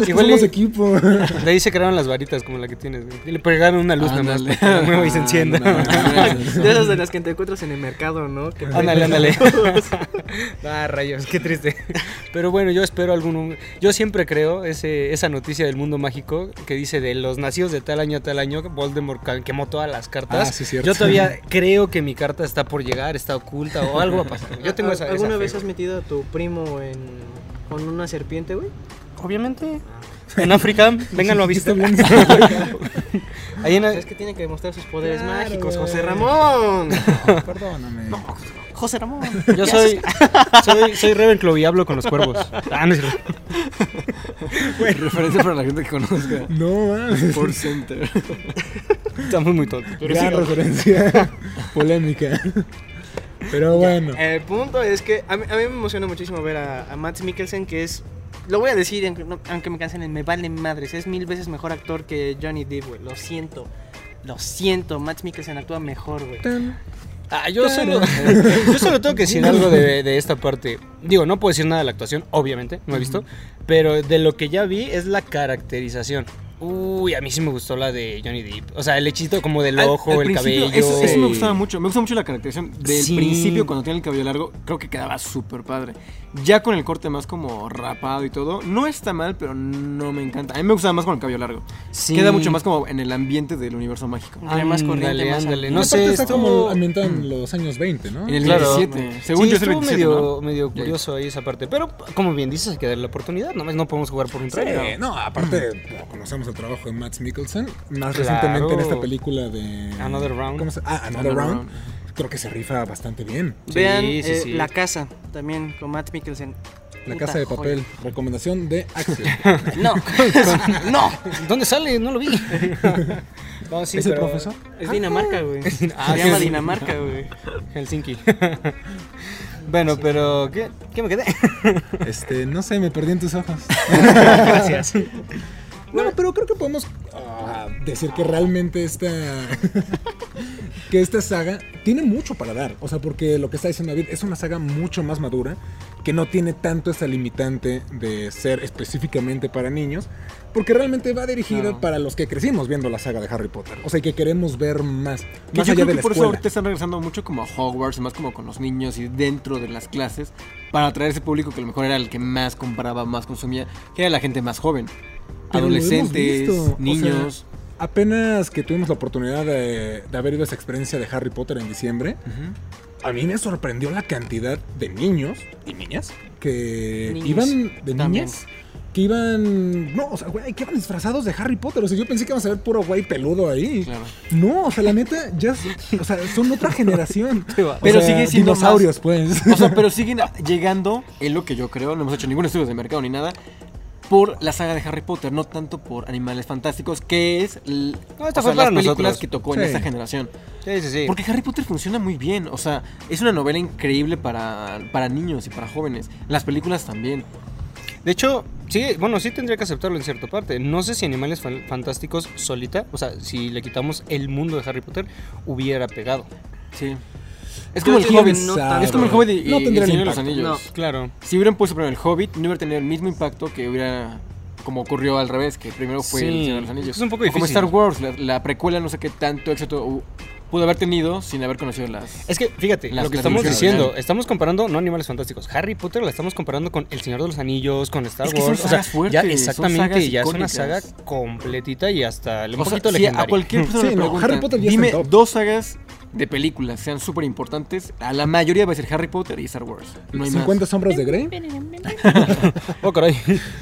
Speaker 1: es que
Speaker 2: Igual
Speaker 1: somos
Speaker 2: y-
Speaker 1: equipo.
Speaker 2: [laughs] De ahí se crearon las varitas como la que tienes, güey. Y le pegaron una luz nada más
Speaker 4: Ándale.
Speaker 2: para que la mueva y se encienda.
Speaker 4: [laughs]
Speaker 2: [laughs]
Speaker 3: [laughs]
Speaker 4: Ándale.
Speaker 3: De esas de las que te encuentras en el mercado, ¿no? Que-
Speaker 2: Ándale, ándale. [laughs] ah, rayos, qué triste. Pero bueno, yo espero algún... Yo siempre creo ese, esa noticia del mundo mágico que dice de los nacidos de tal año a tal año, Voldemort cal- quemó todas las cartas.
Speaker 1: Ah, sí, cierto.
Speaker 2: Yo todavía creo que mi carta
Speaker 3: [laughs]
Speaker 2: está por llegar, está oculta o algo va a pasar. Yo tengo esa... esa
Speaker 3: ¿Alguna
Speaker 2: fe,
Speaker 3: vez has
Speaker 2: güey.
Speaker 3: metido a tu primo en con una serpiente, güey?
Speaker 2: Obviamente. Ah. En África,
Speaker 1: [laughs]
Speaker 2: vénganlo a visitar. [laughs] Ahí en
Speaker 3: O sea, es que tiene que demostrar sus poderes
Speaker 1: Claro,
Speaker 3: mágicos,
Speaker 1: güey.
Speaker 3: José Ramón.
Speaker 1: Perdóname.
Speaker 2: José Ramón. Yo soy, soy, soy Ravenclaw y hablo con los cuervos. Ah, no es cierto.
Speaker 4: Referencia para la gente que conozca.
Speaker 1: No, mames.
Speaker 4: Por Center.
Speaker 2: Está muy, muy tonto. Pero
Speaker 1: Gran
Speaker 2: sí, [laughs]
Speaker 1: referencia polémica. Pero bueno.
Speaker 2: Eh,
Speaker 3: El punto es que a mí, a mí me emociona muchísimo ver a, a Matt Mikkelsen, que es. Lo voy a decir, aunque, no- aunque me cancelen, me vale madres. Es mil veces mejor actor que Johnny Depp, güey. Lo siento. Lo siento, Matt Mikkelsen actúa mejor, güey.
Speaker 1: Tan.
Speaker 2: Ah, yo solo, [laughs] yo solo tengo que decir algo de, de esta parte. Digo, no puedo decir nada de la actuación, obviamente, no he visto. Pero de lo que ya vi es la caracterización. Uy, a mí sí me gustó la de Johnny Depp. O sea, el hechito como del
Speaker 4: Al-
Speaker 2: ojo,
Speaker 4: al
Speaker 2: el
Speaker 4: principio,
Speaker 2: cabello.
Speaker 4: Eso, eso me
Speaker 2: y-
Speaker 4: gustaba mucho. Me gusta mucho la caracterización. Del
Speaker 2: Sí.
Speaker 4: principio, cuando tiene el cabello largo, creo que quedaba súper padre. Ya con el corte más como rapado y todo, no está mal, pero no me encanta. A mí me gustaba más con el cabello largo.
Speaker 2: Sí.
Speaker 4: Queda mucho más como en el ambiente del universo mágico.
Speaker 3: Entre más corriente,
Speaker 2: Ándale,
Speaker 3: más
Speaker 2: ándale.
Speaker 3: ambiente.
Speaker 2: No
Speaker 1: Aparte
Speaker 2: sé,
Speaker 1: está
Speaker 2: estuvo- Mm.
Speaker 1: como ambientado en los años 20, ¿no?
Speaker 4: En el
Speaker 2: Claro.
Speaker 4: 27. Según
Speaker 2: sí,
Speaker 4: yo es el
Speaker 2: estuvo
Speaker 4: 27,
Speaker 2: medio,
Speaker 4: ¿no?
Speaker 2: medio
Speaker 4: Ya.
Speaker 2: curioso ahí esa parte. Pero, como bien dices, hay que darle la oportunidad. Nomás no podemos jugar por un
Speaker 1: Sí,
Speaker 2: trailer.
Speaker 1: no, aparte bueno, conocemos el trabajo de Matt Mikkelsen, más
Speaker 2: Mm. Claro.
Speaker 1: recientemente en esta película de
Speaker 2: Another Round.
Speaker 1: ¿cómo se- Ah, Another,
Speaker 4: Another
Speaker 1: Round.
Speaker 4: Round.
Speaker 1: Creo que se rifa bastante bien.
Speaker 2: Sí,
Speaker 3: Vean
Speaker 2: sí,
Speaker 3: eh,
Speaker 2: sí.
Speaker 3: La Casa, también con Matt Mikkelsen.
Speaker 1: La
Speaker 3: Puta
Speaker 1: Casa de
Speaker 3: joya.
Speaker 1: Papel, recomendación de Axel.
Speaker 2: No,
Speaker 3: [laughs]
Speaker 2: no. [laughs] ¿Dónde sale? No lo
Speaker 4: [laughs]
Speaker 2: vi. No, [laughs] sí,
Speaker 1: ¿Es el
Speaker 2: pero- [laughs]
Speaker 1: profesor?
Speaker 3: Es Dinamarca, güey.
Speaker 2: Ah,
Speaker 3: Se llama
Speaker 2: sí.
Speaker 3: Dinamarca, güey.
Speaker 2: Helsinki. [laughs] bueno, pero ¿qué, qué
Speaker 4: [laughs]
Speaker 2: me quedé?
Speaker 1: Este, no sé, me perdí en tus ojos.
Speaker 2: Gracias.
Speaker 1: No, pero creo que podemos ah, decir que realmente esta. [laughs] que esta saga tiene mucho para dar. O sea, porque lo que está diciendo David es una saga mucho más madura, que no tiene tanto esa limitante de ser específicamente para niños, porque realmente va dirigida
Speaker 4: Claro.
Speaker 1: para los que crecimos viendo la saga de Harry Potter. O sea, y que queremos ver más.
Speaker 4: Que
Speaker 1: Más
Speaker 4: yo
Speaker 1: allá
Speaker 4: creo
Speaker 1: de
Speaker 4: que
Speaker 1: la
Speaker 4: por eso
Speaker 1: escuela.
Speaker 4: ahorita están regresando mucho como a Hogwarts, más como con los niños y dentro de las clases, para atraer ese público que a lo mejor era el que más compraba, más consumía, que era la gente más joven.
Speaker 1: Pero lo hemos
Speaker 4: Adolescentes,
Speaker 1: visto, o sea,
Speaker 4: niños.
Speaker 1: Apenas que tuvimos la oportunidad de, de haber ido a esa experiencia de Harry Potter en diciembre,
Speaker 4: Ujú.
Speaker 1: A mí me sorprendió la cantidad de niños y niñas que
Speaker 3: Niños,
Speaker 1: iban de
Speaker 3: también.
Speaker 1: niñas que iban no, o sea, güey, que iban disfrazados de Harry Potter, o sea, yo pensé que iban a ver puro güey peludo ahí.
Speaker 4: Claro.
Speaker 1: No, o sea, la neta ya es- o sea, son
Speaker 4: [laughs]
Speaker 1: otra generación. O
Speaker 4: Pero
Speaker 1: sea,
Speaker 4: sigue siendo
Speaker 1: dinosaurios, pues.
Speaker 4: [laughs] O sea, pero siguen llegando, es lo que yo creo, no hemos hecho ningún estudio de mercado ni nada, por la saga de Harry Potter, no tanto por Animales Fantásticos, que es l-
Speaker 2: No, esta
Speaker 4: o
Speaker 2: fue
Speaker 4: sea,
Speaker 2: para
Speaker 4: las películas
Speaker 2: nosotros.
Speaker 4: que tocó
Speaker 1: Sí.
Speaker 4: en esa generación.
Speaker 2: Sí, sí, sí.
Speaker 4: Porque Harry Potter funciona muy bien, o sea, es una novela increíble para, para niños y para jóvenes, las películas también.
Speaker 2: De hecho, sí, bueno, sí tendría que aceptarlo en cierta parte. No sé si Animales Fan- Fantásticos solita, o sea, si le quitamos el mundo de Harry Potter, hubiera pegado.
Speaker 4: Sí. Es
Speaker 3: Yo
Speaker 4: como el
Speaker 3: digo que
Speaker 4: Hobbit,
Speaker 3: no
Speaker 1: tanto.
Speaker 4: es como el Hobbit y,
Speaker 1: No
Speaker 4: y
Speaker 1: tendría el
Speaker 4: el Señor de los
Speaker 1: impacto.
Speaker 4: Anillos.
Speaker 2: Claro.
Speaker 4: Si hubieran puesto primero el Hobbit, no hubiera tenido el mismo impacto que hubiera. Como ocurrió al revés, que primero fue
Speaker 2: Sí,
Speaker 4: el Señor de los Anillos.
Speaker 2: es un poco
Speaker 4: O Como
Speaker 2: difícil.
Speaker 4: Star Wars, la, la precuela, no sé qué tanto éxito hu- pudo haber tenido sin haber conocido las.
Speaker 2: Es que, fíjate,
Speaker 4: Las-
Speaker 2: lo que
Speaker 4: las
Speaker 2: estamos
Speaker 4: versiones
Speaker 2: diciendo,
Speaker 4: originales.
Speaker 2: estamos comparando no Animales Fantásticos. Harry Potter la estamos comparando con El Señor de los Anillos, con Star
Speaker 4: Es que son
Speaker 2: Wars.
Speaker 4: sagas
Speaker 2: ya
Speaker 4: fuertes, son
Speaker 2: exactamente,
Speaker 4: sagas
Speaker 2: ya es una
Speaker 4: icónicas.
Speaker 2: saga completita y hasta un
Speaker 4: O sea,
Speaker 2: poquito
Speaker 4: si a
Speaker 2: legendaria.
Speaker 4: cualquier persona
Speaker 1: Mm. Sí,
Speaker 4: le
Speaker 1: no,
Speaker 4: preguntan,
Speaker 1: Harry Potter ya
Speaker 4: dime
Speaker 1: está en top".
Speaker 4: dos sagas de películas sean súper importantes, a la mayoría va a ser Harry Potter y Star Wars. No hay
Speaker 1: 50
Speaker 4: más.
Speaker 1: sombras de Grey
Speaker 2: Oh,
Speaker 4: [laughs]
Speaker 2: caray.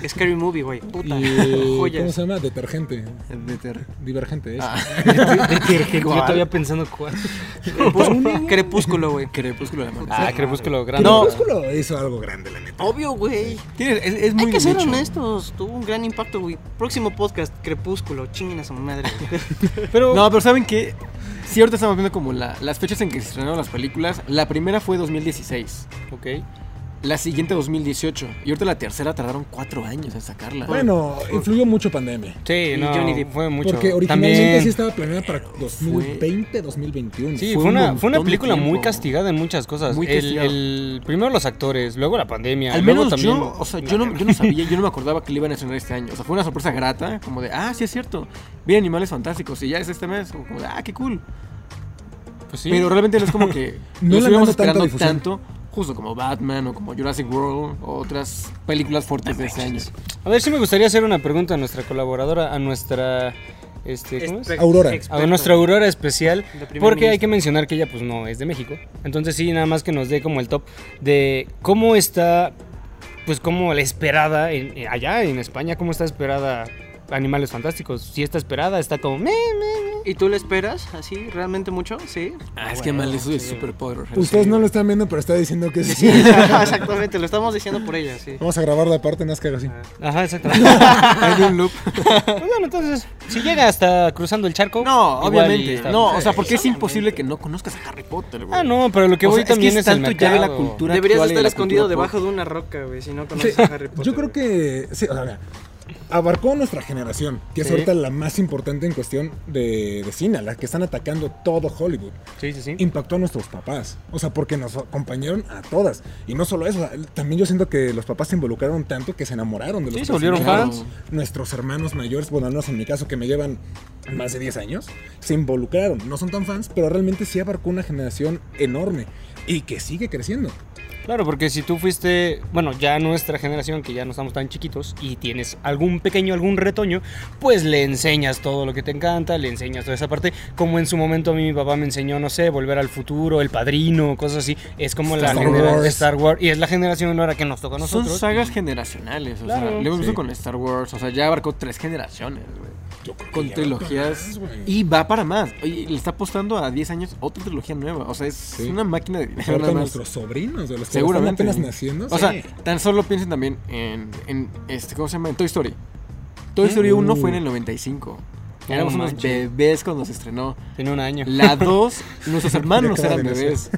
Speaker 3: Scary Movie, güey. Puta.
Speaker 1: y ¿cómo
Speaker 3: Joyas.
Speaker 1: se llama? Detergente, divergente, ¿eh?
Speaker 4: Ah.
Speaker 2: Yo todavía pensando cuál.
Speaker 3: Crepúsculo, Crepúsculo, güey.
Speaker 4: [laughs] Crepúsculo de la Mancha.
Speaker 2: Ah, Crepúsculo grande.
Speaker 4: No.
Speaker 1: Crepúsculo hizo algo grande, la neta.
Speaker 3: Obvio, güey.
Speaker 4: Tiene- es, es muy
Speaker 3: Hay que ser
Speaker 4: bien hecho.
Speaker 3: honestos. Tuvo un gran impacto, güey. Próximo podcast, Crepúsculo. Chinguen a su madre. güey.
Speaker 2: Pero
Speaker 4: No, pero ¿saben qué? Sí, ahorita estamos viendo como la- las fechas en que se estrenaron las películas. La primera fue 2016,
Speaker 2: Ok.
Speaker 4: la siguiente 2018 y ahorita la tercera tardaron cuatro años en sacarla.
Speaker 1: Bueno, influyó mucho pandemia.
Speaker 2: Sí,
Speaker 3: Y
Speaker 2: no,
Speaker 3: Johnny Depp.
Speaker 2: fue mucho.
Speaker 1: Porque originalmente
Speaker 2: También,
Speaker 1: sí estaba planeada para 2020, 2021.
Speaker 2: sí,
Speaker 4: fue
Speaker 2: fue,
Speaker 4: un
Speaker 2: una, fue una
Speaker 4: montón de
Speaker 2: película muy
Speaker 4: tiempo.
Speaker 2: castigada en muchas cosas.
Speaker 4: Muy
Speaker 2: el,
Speaker 4: castigada.
Speaker 2: el- primero los actores, luego la pandemia.
Speaker 4: Al
Speaker 2: luego
Speaker 4: menos
Speaker 2: también,
Speaker 4: yo, o sea, yo no, yo no sabía, yo no me acordaba que le iban a estrenar este año. O sea, fue una sorpresa grata, como de, ah, sí es cierto, vi Animales Fantásticos y ya es este mes, como de, ah, qué cool.
Speaker 2: Pues sí.
Speaker 4: Pero realmente no es como [laughs] que
Speaker 1: No
Speaker 4: lo
Speaker 1: le han dado
Speaker 4: estuviéramos
Speaker 1: tanta
Speaker 4: esperando
Speaker 1: difusión.
Speaker 4: tanto, justo como Batman o como Jurassic World o otras películas fuertes de este año.
Speaker 2: A ver, sí me gustaría hacer una pregunta a nuestra colaboradora, a nuestra. Este, ¿cómo es?
Speaker 3: Espe-
Speaker 1: Aurora.
Speaker 2: A
Speaker 3: experto.
Speaker 2: nuestra Aurora especial,
Speaker 3: La primera
Speaker 2: porque hay
Speaker 3: ministra.
Speaker 2: que mencionar que ella pues no es de México. Entonces sí, nada más que nos dé como el top de cómo está pues como la esperada, en- en- allá en España, ¿cómo está esperada Animales Fantásticos? Si está esperada, está como... "Meh, meh, meh".
Speaker 3: ¿Y tú le esperas así realmente mucho? Sí.
Speaker 4: Ah, es que
Speaker 2: Bueno,
Speaker 4: mal, eso es
Speaker 2: sí.
Speaker 4: superpoder.
Speaker 1: Ustedes no lo están viendo, pero está diciendo que
Speaker 2: [laughs]
Speaker 1: sí.
Speaker 3: Exactamente, lo estamos diciendo por ella, sí.
Speaker 1: Vamos a grabar la parte en las que haga así.
Speaker 2: Ajá, exactamente.
Speaker 4: [laughs] [laughs] Hay un loop.
Speaker 2: Pues bueno, entonces, si llega hasta cruzando el charco...
Speaker 4: No,
Speaker 2: igual y
Speaker 4: obviamente.
Speaker 2: está-
Speaker 4: No, o sea, porque es imposible que no conozcas a Harry Potter, güey.
Speaker 2: Ah, no, pero lo que
Speaker 4: O
Speaker 2: voy
Speaker 4: sea, es que
Speaker 2: también es,
Speaker 4: es
Speaker 2: el
Speaker 4: tanto ya de la
Speaker 2: mercado.
Speaker 4: cultura.
Speaker 3: Deberías
Speaker 4: actual y
Speaker 3: estar
Speaker 4: la
Speaker 3: escondido
Speaker 4: cultura pop.
Speaker 3: debajo de una roca, güey, si no
Speaker 1: Sí,
Speaker 3: conoces a Harry Potter.
Speaker 1: yo creo que sí, o sea, mira, abarcó nuestra generación, que es
Speaker 4: Sí.
Speaker 1: ahorita la más importante en cuestión de, de cine, a la que están atacando todo Hollywood.
Speaker 2: Sí, sí, sí.
Speaker 1: Impactó a nuestros papás, o sea, porque nos acompañaron a todas. Y no solo eso, o sea, también yo siento que los papás se involucraron tanto que se enamoraron de los
Speaker 2: Sí, se volvieron
Speaker 1: personajes.
Speaker 4: fans.
Speaker 1: Nuestros hermanos mayores, bueno, al menos en mi caso, que me llevan más de 10 años, se involucraron. No son tan fans, pero realmente sí abarcó una generación enorme y que sigue creciendo.
Speaker 2: Claro, porque si tú fuiste, bueno, ya nuestra generación, que ya no estamos tan chiquitos, y tienes algún pequeño, algún retoño, pues le enseñas todo lo que te encanta, le enseñas toda esa parte, como en su momento a mí mi papá me enseñó, no sé, Volver al Futuro, El Padrino, cosas así, es como la
Speaker 1: Star
Speaker 2: generación
Speaker 1: Wars.
Speaker 2: de Star Wars, y es la generación ahora que nos toca a
Speaker 4: Son
Speaker 2: nosotros.
Speaker 4: sagas generacionales, o
Speaker 2: Claro.
Speaker 4: sea, lo hemos
Speaker 1: Sí.
Speaker 4: visto con Star Wars, o sea, ya abarcó tres generaciones, güey.
Speaker 1: Yo creo que
Speaker 4: Con
Speaker 1: ya
Speaker 4: trilogías
Speaker 1: abarcó más, güey.
Speaker 4: y va para más. Oye, le está apostando a 10 años otra trilogía nueva, o sea, es una máquina de dinero.
Speaker 1: Ahorita
Speaker 4: nada más.
Speaker 1: nuestros sobrinos, de los que están
Speaker 4: Seguramente.
Speaker 1: apenas naciendo.
Speaker 4: O sea, tan solo piensen también en, en este, ¿cómo se llama? En Toy Story. Toy Story 1 fue en el 95.
Speaker 2: Uh. No
Speaker 4: Éramos unos
Speaker 2: manches.
Speaker 4: bebés cuando se estrenó.
Speaker 2: Tiene un año.
Speaker 4: La 2, nuestros hermanos
Speaker 1: Década
Speaker 4: eran
Speaker 1: de
Speaker 4: bebés.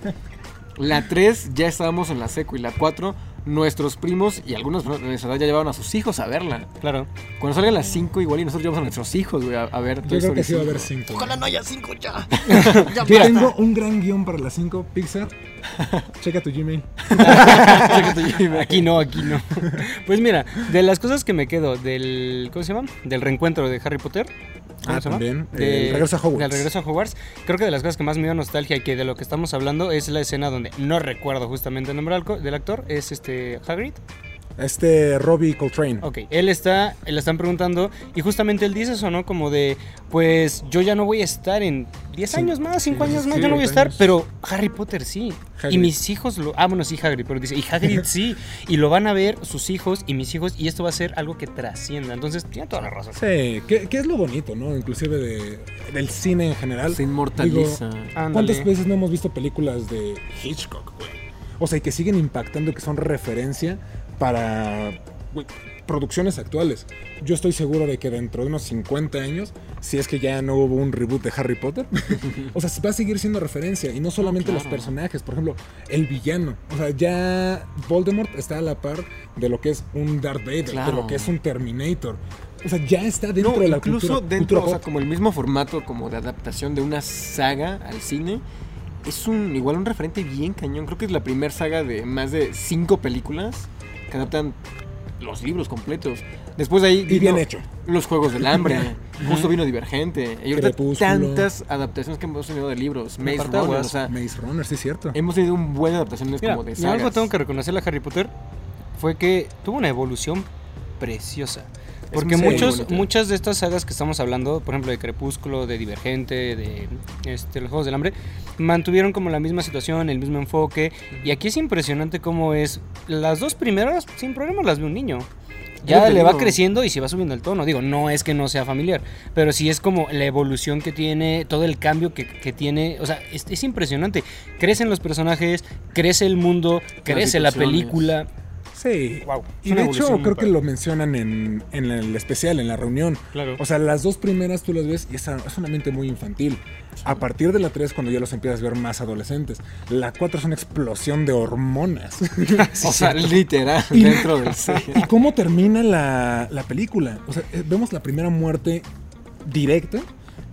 Speaker 4: La 3, ya estábamos en la seco. Y la 4, nuestros primos y algunos de nuestra edad ya llevaban a sus hijos a verla.
Speaker 2: Claro.
Speaker 4: Cuando salga la 5, igual y nosotros llevamos a nuestros hijos, güey, a, a ver
Speaker 1: yo
Speaker 4: Toy
Speaker 1: creo que
Speaker 4: Story
Speaker 1: sí va a haber
Speaker 4: 5.
Speaker 1: 5.
Speaker 3: Ojalá no haya cinco
Speaker 1: [laughs]
Speaker 3: ya.
Speaker 1: Yo tengo un gran guión para las 5, [laughs] Pixar. Checa tu Gmail.
Speaker 2: [laughs] Aquí no, aquí no. Pues mira, de las cosas que me quedo del. ¿Cómo se llama? Del reencuentro de Harry Potter. ¿Cómo
Speaker 1: Ah,
Speaker 2: se llama?
Speaker 1: también,
Speaker 2: De-
Speaker 1: el regreso a Hogwarts.
Speaker 2: Del regreso a Hogwarts. Creo que de las cosas que más me dio nostalgia y que de lo que estamos hablando es la escena donde no recuerdo justamente el nombre del co- del actor. Es este Hagrid.
Speaker 1: Este Robbie Coltrane.
Speaker 2: Ok, él está, le están preguntando y justamente él dice eso, ¿no? Como de, pues yo ya no voy a estar en 10
Speaker 1: Sí.
Speaker 2: años más, 5
Speaker 1: Sí,
Speaker 2: años
Speaker 1: sí,
Speaker 2: más, yo no voy a estar,
Speaker 1: años.
Speaker 2: pero Harry Potter sí. Y
Speaker 1: Hagrid.
Speaker 2: mis hijos lo... Ah, bueno, sí, Hagrid, pero dice, y
Speaker 1: [laughs]
Speaker 2: Hagrid sí. Y lo van a ver sus hijos y mis hijos y esto va a ser algo que trascienda. Entonces, tiene toda la razón.
Speaker 1: Sí, que, que es lo bonito, ¿no? Inclusive de, del cine en general.
Speaker 4: Se inmortaliza.
Speaker 2: Ándale.
Speaker 1: ¿Cuántas veces no hemos visto películas de Hitchcock, güey? O sea, y que siguen impactando, que son referencia para güey, producciones actuales. Yo estoy seguro de que dentro de unos 50 años, si es que ya no hubo un reboot de Harry
Speaker 4: [laughs]
Speaker 1: Potter, o sea, va a seguir siendo referencia. Y no solamente los
Speaker 4: claro.
Speaker 1: personajes, por ejemplo, el villano. O sea, ya Voldemort está a la par de lo que es un Darth Vader,
Speaker 4: Claro.
Speaker 1: de lo que es un Terminator. O sea, ya está dentro
Speaker 4: No,
Speaker 1: de la
Speaker 4: incluso
Speaker 1: cultura-
Speaker 4: dentro,
Speaker 1: cultura
Speaker 4: o sea,
Speaker 1: pop.
Speaker 4: como el mismo formato como de adaptación de una saga al cine, es un igual un referente bien cañón. Creo que es la primera saga de más de cinco películas que adaptan los libros completos. Después de ahí
Speaker 1: Y bien hecho.
Speaker 4: Los Juegos
Speaker 2: [laughs]
Speaker 4: del Hambre, justo vino Divergente, y ahorita
Speaker 1: Crepúsculo.
Speaker 4: tantas adaptaciones que hemos tenido de libros, Maze
Speaker 2: Apartaguas.
Speaker 4: Runner, o sea,
Speaker 1: Maze Runner, sí es cierto.
Speaker 4: hemos tenido un buen adaptaciones
Speaker 2: pues, Mira,
Speaker 4: como de
Speaker 2: y algo
Speaker 4: sagas.
Speaker 2: tengo que reconocerle a Harry Potter fue que tuvo una evolución preciosa. Porque
Speaker 4: muy
Speaker 2: muchos,
Speaker 4: bonita.
Speaker 2: muchas de estas sagas que estamos hablando, por ejemplo, de Crepúsculo, de Divergente, de este, los Juegos del Hambre, mantuvieron como la misma situación, el mismo enfoque. Y aquí es impresionante cómo es. Las dos primeras, sin problema, las ve un niño.
Speaker 4: lo
Speaker 2: Ya
Speaker 4: que
Speaker 2: le va
Speaker 4: digo.
Speaker 2: creciendo y se va subiendo el tono. Digo, no es que no sea familiar, pero sí es como la evolución que tiene, todo el cambio que, que tiene. O sea, es, es impresionante. Crecen los personajes, crece el mundo, crece la
Speaker 4: situaciones.
Speaker 2: película.
Speaker 1: Sí.
Speaker 2: Wow.
Speaker 1: Y de hecho, creo que lo mencionan en, en el especial, en la reunión.
Speaker 2: Claro.
Speaker 1: O sea, las dos primeras tú las ves y es, es una mente muy infantil. A partir de la 3, cuando ya los empiezas a ver más adolescentes. La 4 es una explosión de hormonas.
Speaker 4: O sea, literal,
Speaker 1: Y-
Speaker 4: dentro del
Speaker 2: [laughs]
Speaker 4: cine.
Speaker 1: ¿Y cómo termina la, la película? O sea, eh, vemos la primera muerte directa.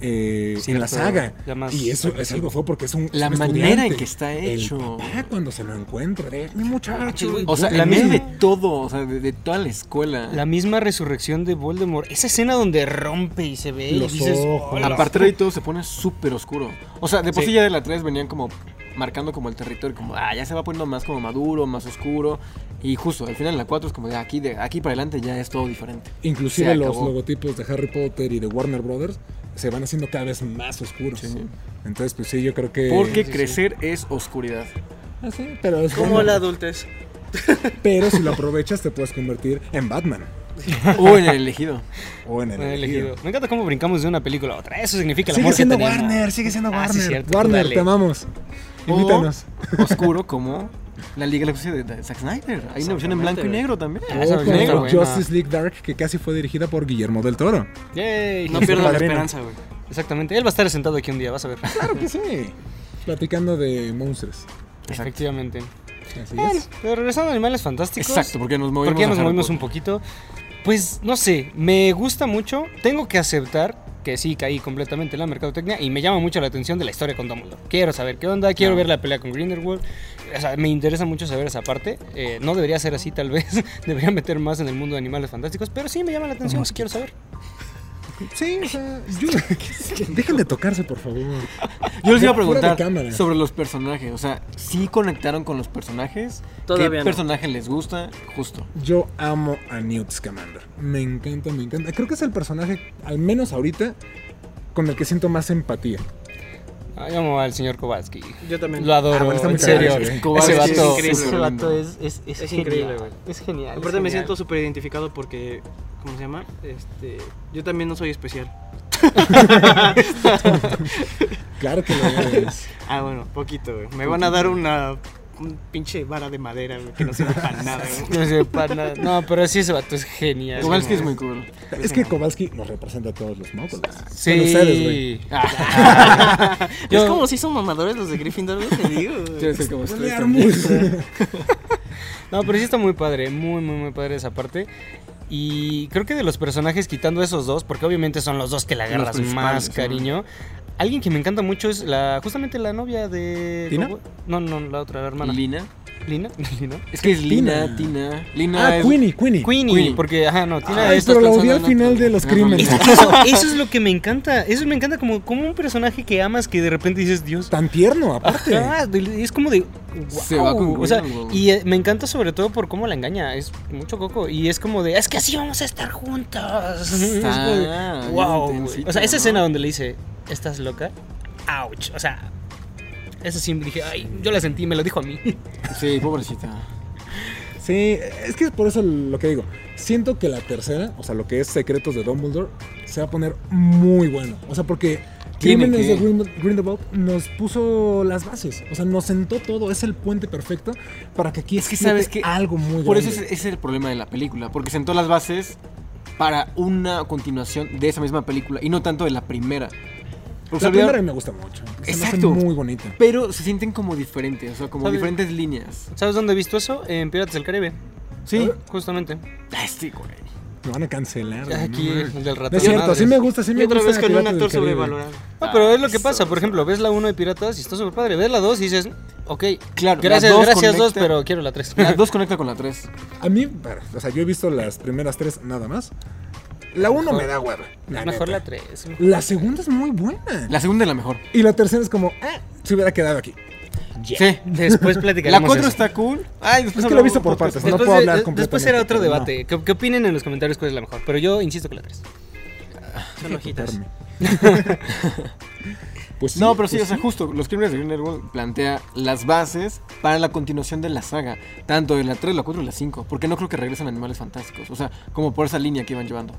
Speaker 1: eh, en la
Speaker 2: Cierto,
Speaker 1: saga
Speaker 2: ya más
Speaker 1: y eso es algo fue porque es un
Speaker 4: La
Speaker 1: es un
Speaker 4: manera
Speaker 1: estudiante.
Speaker 4: en que está hecho.
Speaker 1: el papá cuando se lo encuentra de, mi muchacho
Speaker 4: O sea,
Speaker 2: La
Speaker 4: Ah, en medio de
Speaker 2: misma-
Speaker 4: todo, o sea, de, de toda la escuela.
Speaker 2: La misma resurrección de Voldemort. Esa escena donde rompe y se ve y
Speaker 1: Los
Speaker 2: dices,
Speaker 1: ojos.
Speaker 2: "Hola".
Speaker 4: A partir de ahí todo se pone súper oscuro. O sea, de por
Speaker 2: Sí.
Speaker 4: sí ya de la 3 venían como marcando como el territorio, como, ah, ya se va poniendo más como maduro, más oscuro. Y justo, al final la 4 es como de aquí, de aquí para adelante ya es todo diferente.
Speaker 1: Inclusive
Speaker 4: Se
Speaker 1: los
Speaker 4: acabó.
Speaker 1: logotipos de Harry Potter y de Warner Brothers se van haciendo cada vez más oscuros.
Speaker 4: Sí.
Speaker 1: Entonces, pues sí, yo creo que...
Speaker 2: [laughs]
Speaker 4: Porque crecer es oscuridad.
Speaker 1: Ah, sí, pero es
Speaker 3: Como
Speaker 1: bueno.
Speaker 3: la adultez.
Speaker 1: Pero si lo aprovechas, te puedes convertir en Batman
Speaker 4: O en el elegido.
Speaker 1: o en el
Speaker 2: Bueno, Ah, elegido.
Speaker 1: elegido.
Speaker 2: Me encanta cómo brincamos de una película a otra. Eso significa el
Speaker 1: Sigue
Speaker 2: amor que
Speaker 1: siendo
Speaker 2: tenemos.
Speaker 1: Warner, sigue siendo
Speaker 2: Ah,
Speaker 1: Warner.
Speaker 2: sí, cierto,
Speaker 1: Warner,
Speaker 2: dale. Oh,
Speaker 1: te amamos.
Speaker 4: O
Speaker 1: Invítanos.
Speaker 4: Oscuro como la Liga de la Justicia de- de Zack Snyder. Hay una versión en blanco y
Speaker 3: güey.
Speaker 4: negro también.
Speaker 2: Ah, esa
Speaker 1: O
Speaker 2: me
Speaker 1: como
Speaker 2: gusta,
Speaker 4: güey.
Speaker 1: Justice League Dark, que casi fue dirigida por Guillermo del Toro.
Speaker 2: Yay.
Speaker 3: No pierdas la
Speaker 1: padrino.
Speaker 3: esperanza, güey.
Speaker 2: Exactamente. Él va a estar sentado aquí un día, vas a ver.
Speaker 1: Claro que sí. Platicando de monstruos.
Speaker 2: Efectivamente.
Speaker 1: Así
Speaker 2: Bueno,
Speaker 1: es.
Speaker 2: pero regresando a Animales Fantásticos.
Speaker 4: Exacto, porque nos movimos.
Speaker 2: ¿Por qué
Speaker 4: a
Speaker 2: nos
Speaker 4: Harry
Speaker 2: movimos un
Speaker 4: Potter.
Speaker 2: poquito? Pues no sé, me gusta mucho. Tengo que aceptar que sí caí completamente en la mercadotecnia y me llama mucho la atención de la historia con Dumbledore. Quiero saber qué onda, quiero
Speaker 4: Claro.
Speaker 2: ver la pelea con Grindelwald. O sea, me interesa mucho saber esa parte. Eh, no debería ser así, tal vez. [laughs] debería meter más en el mundo de animales fantásticos, pero sí me llama la atención. Quiero saber.
Speaker 1: Sí, o sea, [laughs] yo- Dejen de tocarse, por favor.
Speaker 4: Yo les iba a
Speaker 1: Ah, Fuera de
Speaker 4: preguntar
Speaker 1: cámara.
Speaker 4: sobre los personajes. O sea, ¿sí conectaron con los personajes?
Speaker 3: Todavía
Speaker 4: ¿Qué
Speaker 3: no.
Speaker 4: personaje les gusta? Justo.
Speaker 1: Yo amo a Newt Scamander. Me encanta, me encanta. Creo que es el personaje, al menos ahorita, con el que siento más empatía.
Speaker 2: Ah, yo amo al señor Kowalski.
Speaker 3: Yo también.
Speaker 2: Lo adoro,
Speaker 1: Ah, bueno, está muy
Speaker 2: en serio.
Speaker 1: cagado, güey.
Speaker 2: Ese
Speaker 4: Kowalski
Speaker 3: es
Speaker 2: vato,
Speaker 3: increíble,
Speaker 2: ese
Speaker 4: güey.
Speaker 2: vato es, es, es,
Speaker 3: Es increíble,
Speaker 2: genial.
Speaker 3: güey.
Speaker 2: Es genial.
Speaker 3: Aparte
Speaker 2: es
Speaker 3: me
Speaker 2: genial.
Speaker 3: siento súper identificado porque, ¿cómo se llama? Este, yo también no soy especial.
Speaker 1: Claro que lo es.
Speaker 3: Ah, bueno, poquito, güey. Me van a dar una un pinche vara de madera, güey, que no sirve para nada, güey.
Speaker 2: No sé, para nada. No, pero sí, ese vato es genial.
Speaker 4: Kowalski es muy cool.
Speaker 1: es que Kowalski nos representa a todos los muggles.
Speaker 2: Sí.
Speaker 1: Bueno, ustedes, güey.
Speaker 2: Ah. Yo-
Speaker 3: Es como si son mamadores los de Gryffindor, güey, te digo. güey.
Speaker 4: Pues
Speaker 1: Huele a
Speaker 4: [laughs]
Speaker 1: Armus.
Speaker 2: No, pero sí está muy padre, muy, muy, muy padre esa parte. Y creo que de los personajes, quitando esos dos, porque obviamente son los dos que le
Speaker 4: Los
Speaker 2: agarras
Speaker 4: principales,
Speaker 2: más
Speaker 4: ¿no?
Speaker 2: cariño. Alguien que me encanta mucho es la justamente la novia de...
Speaker 1: ¿Tina?
Speaker 2: No, no, la otra, la hermana.
Speaker 4: Lina.
Speaker 2: ¿Lina? [laughs] ¿Lina?
Speaker 4: Es que es Lina,
Speaker 1: Tina.
Speaker 4: Tina.
Speaker 1: [laughs]
Speaker 4: Lina
Speaker 1: Ah,
Speaker 4: es...
Speaker 1: Queenie, Queenie.
Speaker 2: Queenie,
Speaker 4: Queenie.
Speaker 2: porque, ajá, no, Tina
Speaker 1: Ay, [laughs]
Speaker 2: es...
Speaker 1: pero la
Speaker 4: pensando
Speaker 1: odié al
Speaker 4: en otro.
Speaker 1: final de los
Speaker 4: No,
Speaker 1: crímenes.
Speaker 4: no,
Speaker 2: Eso, eso es lo que me encanta, eso me encanta como, como un personaje que amas que de repente dices, Dios,
Speaker 1: Tan tierno, aparte.
Speaker 2: Ajá, de- es como de.
Speaker 4: Se
Speaker 2: "Guau",
Speaker 4: va con
Speaker 2: o sea,
Speaker 4: Grindelwald.
Speaker 2: y eh, me encanta sobre todo por cómo la engaña. Es mucho coco. Y es como de. Es que así vamos a estar juntos. [laughs] Es como de,
Speaker 4: Ah, bien
Speaker 2: wow. güey.
Speaker 4: intensita,
Speaker 2: O sea, esa
Speaker 4: ¿no?
Speaker 2: escena donde le dice. ¿Estás loca? Ouch. O sea. Esa sí me dije. Ay, yo la sentí, me lo dijo a mí. [laughs]
Speaker 4: Sí, pobrecita.
Speaker 1: Sí, es que es por eso lo que digo. Siento que la tercera, o sea, lo que es Secretos de Dumbledore, se va a poner muy bueno. O sea, porque
Speaker 4: Tiene
Speaker 1: Crímenes
Speaker 4: que.
Speaker 1: de Grind- Grindelwald nos puso las bases. O sea, nos sentó todo. Es el puente perfecto para que aquí
Speaker 4: Es que
Speaker 1: explote
Speaker 4: sabes que-
Speaker 1: algo muy
Speaker 4: Por eso
Speaker 1: grande.
Speaker 4: ese, ese es el problema de la película, porque sentó las bases para una continuación de esa misma película y no tanto de la primera. Porque se
Speaker 1: la
Speaker 4: olvidaron-
Speaker 1: primera me gusta mucho. Se me hace
Speaker 4: Exacto.
Speaker 1: muy bonita.
Speaker 4: Pero se sienten como diferentes, o sea, como
Speaker 2: ¿Sabe?
Speaker 4: diferentes líneas.
Speaker 2: ¿Sabes dónde he visto eso? En Piratas del Caribe.
Speaker 4: Sí.
Speaker 2: Justamente.
Speaker 4: Ah, sí, güey.
Speaker 1: Me van a cancelar. güey,
Speaker 2: Aquí,
Speaker 1: no mames.
Speaker 2: el del ratón.
Speaker 1: No es cierto, sí me gusta, sí
Speaker 3: Y
Speaker 1: me
Speaker 3: otra
Speaker 1: gusta.
Speaker 3: vez con un
Speaker 1: Piratas del
Speaker 3: actor
Speaker 1: Caribe.
Speaker 3: sobrevalorado.
Speaker 2: No, pero es lo que
Speaker 4: Ah,
Speaker 2: pasa.
Speaker 4: eso.
Speaker 2: Por ejemplo, ves la 1 de Piratas y está súper padre. Ves la 2 y dices. Ok,
Speaker 4: Claro,
Speaker 2: gracias,
Speaker 4: las dos
Speaker 2: gracias dos,
Speaker 4: conectan-
Speaker 2: pero quiero la 3.
Speaker 4: [laughs] La 2 conecta con la 3.
Speaker 1: A mí, bueno, o sea, yo he visto las primeras tres nada más. La uno me da hueva. la
Speaker 2: Mejor
Speaker 1: neta.
Speaker 2: la 3.
Speaker 1: La segunda es muy buena.
Speaker 4: La segunda es la mejor.
Speaker 1: Y la tercera es como, ah, se hubiera quedado aquí.
Speaker 4: Sí.
Speaker 2: Después platicaremos.
Speaker 4: La 4
Speaker 2: eso.
Speaker 4: está cool. Ay, después
Speaker 1: Es que lo he
Speaker 4: hablamos
Speaker 1: visto por
Speaker 4: otro
Speaker 1: partes,
Speaker 4: podcast.
Speaker 1: no
Speaker 2: Después,
Speaker 1: puedo
Speaker 2: de-
Speaker 1: hablar
Speaker 2: de-
Speaker 1: completamente,
Speaker 2: después será otro
Speaker 1: pero no.
Speaker 2: debate. Que, que opinen en los comentarios cuál es la mejor. Pero yo insisto que la 3.
Speaker 3: Son hojitas.
Speaker 1: [laughs] Pues
Speaker 4: No, pero sí,
Speaker 1: pues
Speaker 4: o sea, justo, Los Crímenes de Grindelwald plantea las bases para la continuación de la saga, tanto de la 3, la 4 y la 5, porque no creo que regresen Animales Fantásticos, o sea, como por esa línea que iban llevando.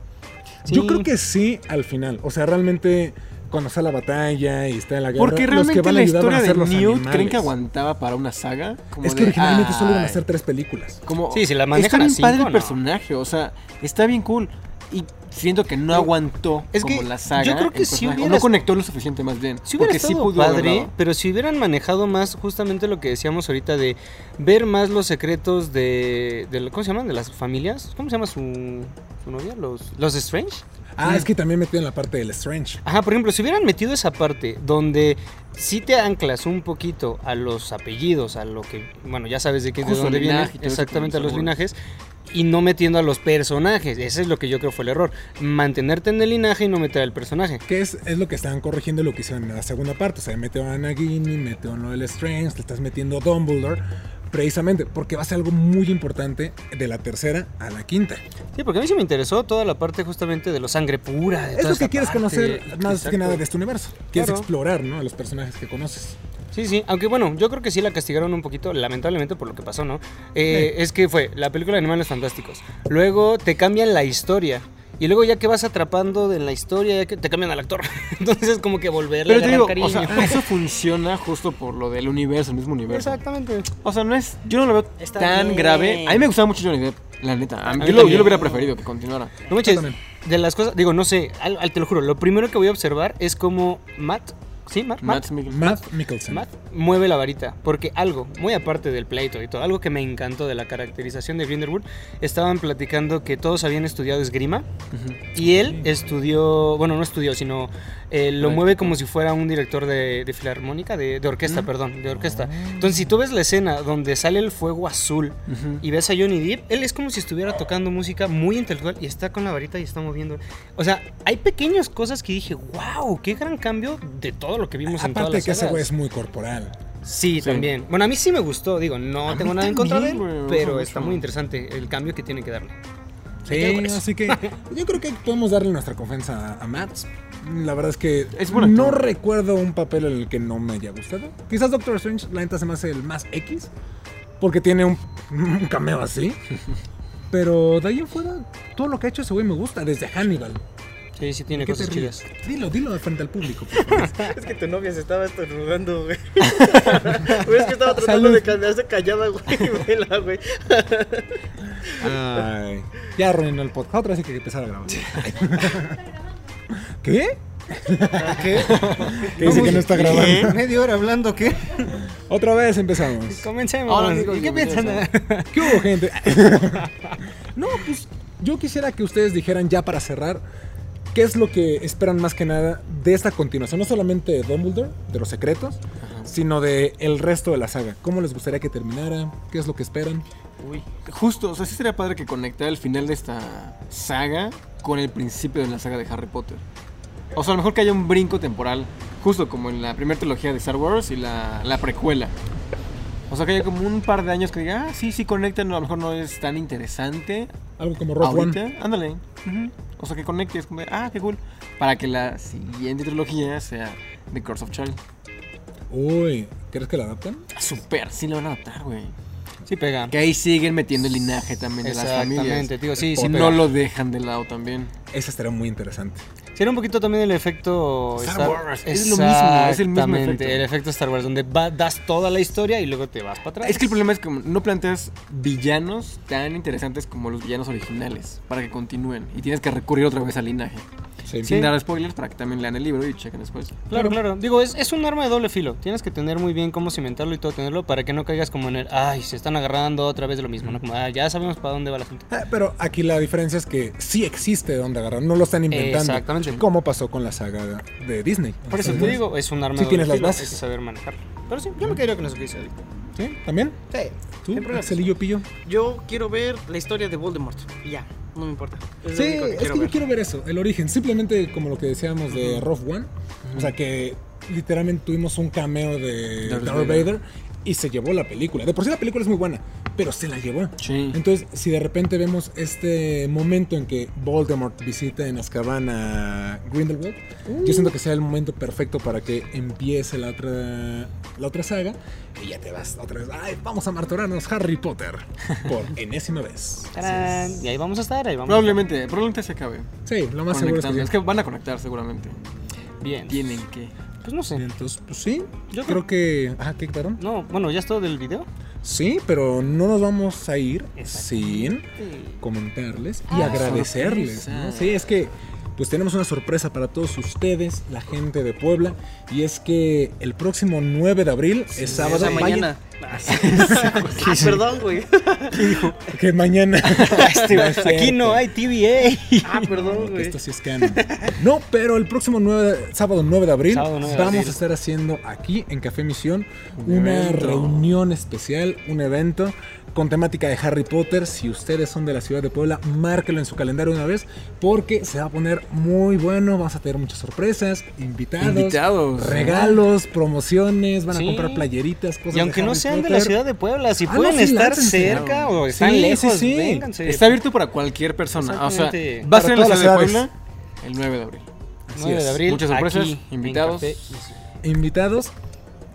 Speaker 1: Yo creo que sí al final. O sea, realmente cuando está la batalla y está la guerra,
Speaker 4: Porque
Speaker 1: los que
Speaker 4: realmente
Speaker 1: van a
Speaker 4: la
Speaker 1: ayudar van
Speaker 4: historia
Speaker 1: a
Speaker 4: de
Speaker 1: ser los
Speaker 4: Newt,
Speaker 1: animales.
Speaker 4: ¿creen que aguantaba para una saga? Como
Speaker 1: Es que
Speaker 4: de,
Speaker 1: originalmente solo iban a
Speaker 4: ay,
Speaker 1: hacer tres películas.
Speaker 4: Como,
Speaker 2: Sí, si la manejan
Speaker 4: Está bien
Speaker 2: así,
Speaker 4: padre
Speaker 2: ¿no?
Speaker 4: el personaje, o sea, está bien cool. Y siento que no aguantó
Speaker 2: Es
Speaker 4: como
Speaker 2: que
Speaker 4: la saga.
Speaker 2: yo creo que
Speaker 4: el
Speaker 2: sí
Speaker 4: personaje, o
Speaker 2: hubiera-
Speaker 4: No conectó lo suficiente más bien.
Speaker 2: Si hubiera
Speaker 4: porque sí
Speaker 2: estado
Speaker 4: pudo
Speaker 2: padre,
Speaker 4: haberlo.
Speaker 2: pero si hubieran manejado más justamente lo que decíamos ahorita de ver más los secretos de, de lo- ¿cómo se llaman? De las familias. ¿Cómo se llama su, su novia? Los, los Strange.
Speaker 1: Ah, es que también metieron la parte del Strange.
Speaker 2: Ajá, por ejemplo, si hubieran metido esa parte donde sí te anclas un poquito a los apellidos, a lo que, bueno, ya sabes de qué, de
Speaker 4: Justo,
Speaker 2: dónde viene,
Speaker 4: linaje y todo eso,
Speaker 2: exactamente a
Speaker 4: como
Speaker 2: los
Speaker 4: sabor.
Speaker 2: linajes, y no metiendo a los personajes. Ese es lo que yo creo fue el error. Mantenerte en el linaje y no meter al personaje.
Speaker 1: Que es, es lo que estaban corrigiendo y lo que hicieron en la segunda parte. O sea, metieron a Nagini, metieron lo del Strange, le estás metiendo a Dumbledore. Precisamente, porque va a ser algo muy importante de la tercera a la quinta.
Speaker 2: Sí, porque a mí sí me interesó toda la parte justamente de lo sangre pura. de
Speaker 1: Es
Speaker 2: toda
Speaker 1: lo que
Speaker 2: esta
Speaker 1: quieres
Speaker 2: parte.
Speaker 1: conocer más que
Speaker 2: Exacto.
Speaker 1: nada de este universo. Quieres
Speaker 2: Claro.
Speaker 1: explorar, ¿no? A los personajes que conoces.
Speaker 2: Sí, sí, aunque bueno, yo creo que sí la castigaron un poquito, lamentablemente por lo que pasó, ¿no? Eh, Es que fue la película de Animales Fantásticos. Luego te cambian la historia. Y luego ya que vas atrapando de la historia, ya que te cambian al actor. [laughs] Entonces es como que volverle
Speaker 4: Pero
Speaker 2: a
Speaker 4: te
Speaker 2: ganar
Speaker 4: digo,
Speaker 2: cariño.
Speaker 4: o
Speaker 2: [laughs]
Speaker 4: sea, eso funciona justo por lo del universo, el mismo universo.
Speaker 2: Exactamente.
Speaker 4: O sea, no es, yo no lo veo
Speaker 2: Está
Speaker 4: tan
Speaker 2: bien.
Speaker 4: grave. A mí me gustaba mucho Johnny Depp, la neta. A mí-
Speaker 2: mí
Speaker 4: yo, lo, yo
Speaker 2: también.
Speaker 4: lo hubiera preferido que continuara.
Speaker 2: No manches,
Speaker 1: también.
Speaker 2: de las cosas, digo, no sé, al, al- te lo juro, lo primero que voy a observar es como Matt, ¿sí? Matt,
Speaker 4: Matt Mikkelsen.
Speaker 1: Matt Mikkelsen.
Speaker 2: Pues Matt mueve la varita, porque algo, muy aparte del pleito y todo, algo que me encantó de la caracterización de Grindelwald, estaban platicando que todos habían estudiado esgrima y él estudió, bueno, no estudió, sino eh, lo
Speaker 4: Ay,
Speaker 2: mueve como si fuera un director de, de filarmónica, de, de orquesta,
Speaker 1: Mm.
Speaker 2: perdón, de orquesta.
Speaker 1: Ah.
Speaker 2: Entonces, si tú ves la escena donde sale el fuego azul
Speaker 4: Ujú.
Speaker 2: y ves a Johnny Depp, él es como si estuviera tocando música muy intelectual y está con la varita y está moviendo. O sea, hay pequeñas cosas que dije, wow, qué gran cambio de todo lo que vimos en todas
Speaker 1: Aparte de
Speaker 2: las
Speaker 1: que ese
Speaker 2: sagas".
Speaker 1: güey es muy corporal.
Speaker 2: Sí, también. Bueno, a mí sí me gustó, digo, no
Speaker 4: A
Speaker 2: tengo
Speaker 4: mí
Speaker 2: nada en contra de él,
Speaker 4: también, güey, me gusta
Speaker 2: pero
Speaker 4: mucho.
Speaker 2: está muy interesante el cambio que tiene que darle. quedo
Speaker 1: Sí,
Speaker 2: con eso.
Speaker 1: así
Speaker 2: [laughs]
Speaker 1: que yo creo que podemos darle nuestra confianza a- a Matt. La verdad es que
Speaker 4: Es buen
Speaker 1: no
Speaker 4: actor.
Speaker 1: recuerdo un papel en el que no me haya gustado. Quizás Doctor Strange, la neta, se me hace el más X, porque tiene un, un cameo
Speaker 2: [laughs]
Speaker 1: así. Pero de ahí en fuera, todo lo que ha hecho ese güey me gusta, desde Hannibal.
Speaker 2: Sí, sí tiene
Speaker 1: ¿Qué te
Speaker 2: cosas
Speaker 1: ríes?
Speaker 2: chidas.
Speaker 1: Dilo, dilo frente al público. por favor.
Speaker 5: Es que tu novia se estaba estornudando, güey. Güey, es que estaba tratando
Speaker 1: Salud.
Speaker 5: de cambiarse callada, güey. Vela, güey.
Speaker 1: Ay, ya arruinó el podcast. Otra vez hay que empezar a grabar. ¿Qué?
Speaker 5: ¿Qué?
Speaker 1: Que dice que no está grabando.
Speaker 5: ¿Media hora hablando qué?
Speaker 1: Otra vez empezamos.
Speaker 2: Comencemos.
Speaker 4: Ahora sí,
Speaker 2: ¿Y qué
Speaker 4: continuemos.
Speaker 2: piensan?
Speaker 1: ¿Qué hubo, gente? no, pues yo quisiera que ustedes dijeran ya para cerrar qué es lo que esperan más que nada de esta continuación, no solamente de Dumbledore, de los secretos, sino de el resto de la saga. ¿Cómo les gustaría que terminara? ¿Qué es lo que esperan?
Speaker 4: Uy. Justo, o sea, sí sería padre que conectara el final de esta saga con el principio de la saga de Harry Potter. O sea, a lo mejor que haya un brinco temporal, justo como en la primera trilogía de Star Wars y la, la precuela. O sea, que haya como un par de años que diga, ah, sí, sí conectan, a lo mejor no es tan interesante.
Speaker 1: Algo como Rogue
Speaker 4: ahorita,
Speaker 1: One.
Speaker 4: ándale. Ujú. O sea, que conecte, es como, de, ah, qué cool. Para que la siguiente trilogía sea The Curse of Charlie.
Speaker 1: Uy, ¿crees que la adaptan?
Speaker 4: Ah, Super, sí lo van a adaptar, güey.
Speaker 2: Sí pega.
Speaker 4: Que ahí siguen metiendo el linaje también de las familias.
Speaker 2: Exactamente, digo, sí,
Speaker 4: O
Speaker 2: sí
Speaker 4: no
Speaker 2: pega.
Speaker 4: lo dejan de lado también.
Speaker 1: Esa estaría muy interesante.
Speaker 2: Será un poquito también el efecto
Speaker 4: Star Wars, es lo mismo, es el mismo
Speaker 2: Exactamente,
Speaker 4: efecto.
Speaker 2: el efecto Star Wars, donde va- das toda la historia y luego te vas para atrás.
Speaker 4: Es que el problema es que no planteas villanos tan interesantes como los villanos originales para que continúen. Y tienes que recurrir otra vez al linaje.
Speaker 1: Sí.
Speaker 4: Sin dar spoilers para que también lean el libro y chequen después.
Speaker 2: Claro, claro. Digo, es, es un arma de doble filo. Tienes que tener muy bien cómo cimentarlo y todo tenerlo para que no caigas como en el, ay, se están agarrando otra vez de lo mismo, ¿no? Como, ah, ya sabemos para dónde va la gente.
Speaker 1: Ah, Pero aquí la diferencia es que sí existe de dónde agarrar, no lo están inventando.
Speaker 2: Exactamente.
Speaker 1: Como pasó con la saga de Disney.
Speaker 2: Por eso te
Speaker 1: Entonces,
Speaker 2: digo, es un arma
Speaker 1: Sí
Speaker 2: de doble
Speaker 1: tienes las
Speaker 2: filo,
Speaker 1: bases.
Speaker 2: hay que saber manejarlo. Pero sí, yo me quedaría con eso que dice David.
Speaker 1: ¿Sí? ¿También?
Speaker 5: Sí.
Speaker 1: ¿Tú?
Speaker 5: Sin problema.
Speaker 1: Axelillo Pillo.
Speaker 3: Yo quiero ver la historia de Voldemort. y Ya, no me importa. Es
Speaker 1: Sí,
Speaker 3: lo único
Speaker 1: es
Speaker 3: que
Speaker 1: que
Speaker 3: quiero
Speaker 1: yo
Speaker 3: ver.
Speaker 1: quiero ver eso, el origen. Simplemente como lo que decíamos de Rogue One. O sea que literalmente tuvimos un cameo de
Speaker 4: Darth
Speaker 1: Darth,
Speaker 4: Vader.
Speaker 1: Vader. y se llevó la película. De por sí la película es muy buena, pero se la llevó.
Speaker 4: Sí.
Speaker 1: Entonces, si de repente vemos este momento en que Voldemort visita en Azkaban a Grindelwald, yo siento que sea el momento perfecto para que empiece la otra, la otra saga y ya te vas otra vez. Ay, vamos a martorarnos Harry Potter por enésima vez.
Speaker 2: ¡Tarán! Y ahí vamos a estar, ahí vamos. a estar.
Speaker 4: Probablemente, probablemente se acabe.
Speaker 1: Sí, lo más seguro es que
Speaker 4: Conectando.
Speaker 1: sí.
Speaker 4: Es que van a conectar seguramente.
Speaker 2: Bien.
Speaker 4: Tienen que.
Speaker 2: Pues no sé.
Speaker 1: Entonces, pues sí,
Speaker 2: Yo
Speaker 1: yo creo que... Ah, ¿qué, perdón?
Speaker 2: No, bueno, ya es todo del video.
Speaker 1: Sí, pero no nos vamos a ir
Speaker 2: Exacto.
Speaker 1: sin comentarles y agradecerles. ¿no?
Speaker 4: sorpresa.
Speaker 1: Sí, es que pues tenemos una sorpresa para todos ustedes, la gente de Puebla, y es que el próximo 9 de abril es sábado.
Speaker 3: O sea,
Speaker 1: vayan-
Speaker 3: mañana.
Speaker 5: Ah, perdón, güey.
Speaker 1: Que mañana.
Speaker 2: [laughs] Este,
Speaker 1: Va a ser-
Speaker 2: aquí no hay
Speaker 1: [laughs] Pues
Speaker 2: TVA.
Speaker 5: Ah, perdón, güey.
Speaker 1: Esto sí es canon. [laughs] No, pero el próximo 9 de- sábado 9 de abril
Speaker 2: Sábado 9 de
Speaker 1: vamos
Speaker 2: abril.
Speaker 1: a estar haciendo aquí en Café Misión
Speaker 4: Un
Speaker 1: una
Speaker 4: evento.
Speaker 1: reunión especial, un evento con temática de Harry Potter. Si ustedes son de la ciudad de Puebla, márquenlo en su calendario una vez porque se va a poner muy bueno. Vamos a tener muchas sorpresas, invitados,
Speaker 4: Invitados.
Speaker 1: regalos, promociones, van
Speaker 2: Sí.
Speaker 1: a comprar playeritas, cosas
Speaker 2: Y
Speaker 1: de
Speaker 2: aunque no
Speaker 1: Harry
Speaker 2: sean de
Speaker 1: Potter.
Speaker 2: la ciudad de Puebla, si
Speaker 1: Ah, no,
Speaker 2: pueden
Speaker 1: sí,
Speaker 2: estar
Speaker 1: láncense.
Speaker 2: cerca o
Speaker 1: Sí,
Speaker 2: están
Speaker 1: sí,
Speaker 2: lejos,
Speaker 1: sí.
Speaker 2: vénganse.
Speaker 4: Está abierto para cualquier persona. O sea,
Speaker 2: Exactamente.
Speaker 4: va a ser en la
Speaker 1: Para
Speaker 4: ciudad de
Speaker 1: todas las
Speaker 4: Puebla el 9 de abril.
Speaker 1: Así
Speaker 2: 9 de
Speaker 1: es.
Speaker 2: abril.
Speaker 4: Muchas sorpresas,
Speaker 2: aquí, en
Speaker 4: invitados.
Speaker 2: Café.
Speaker 1: Invitados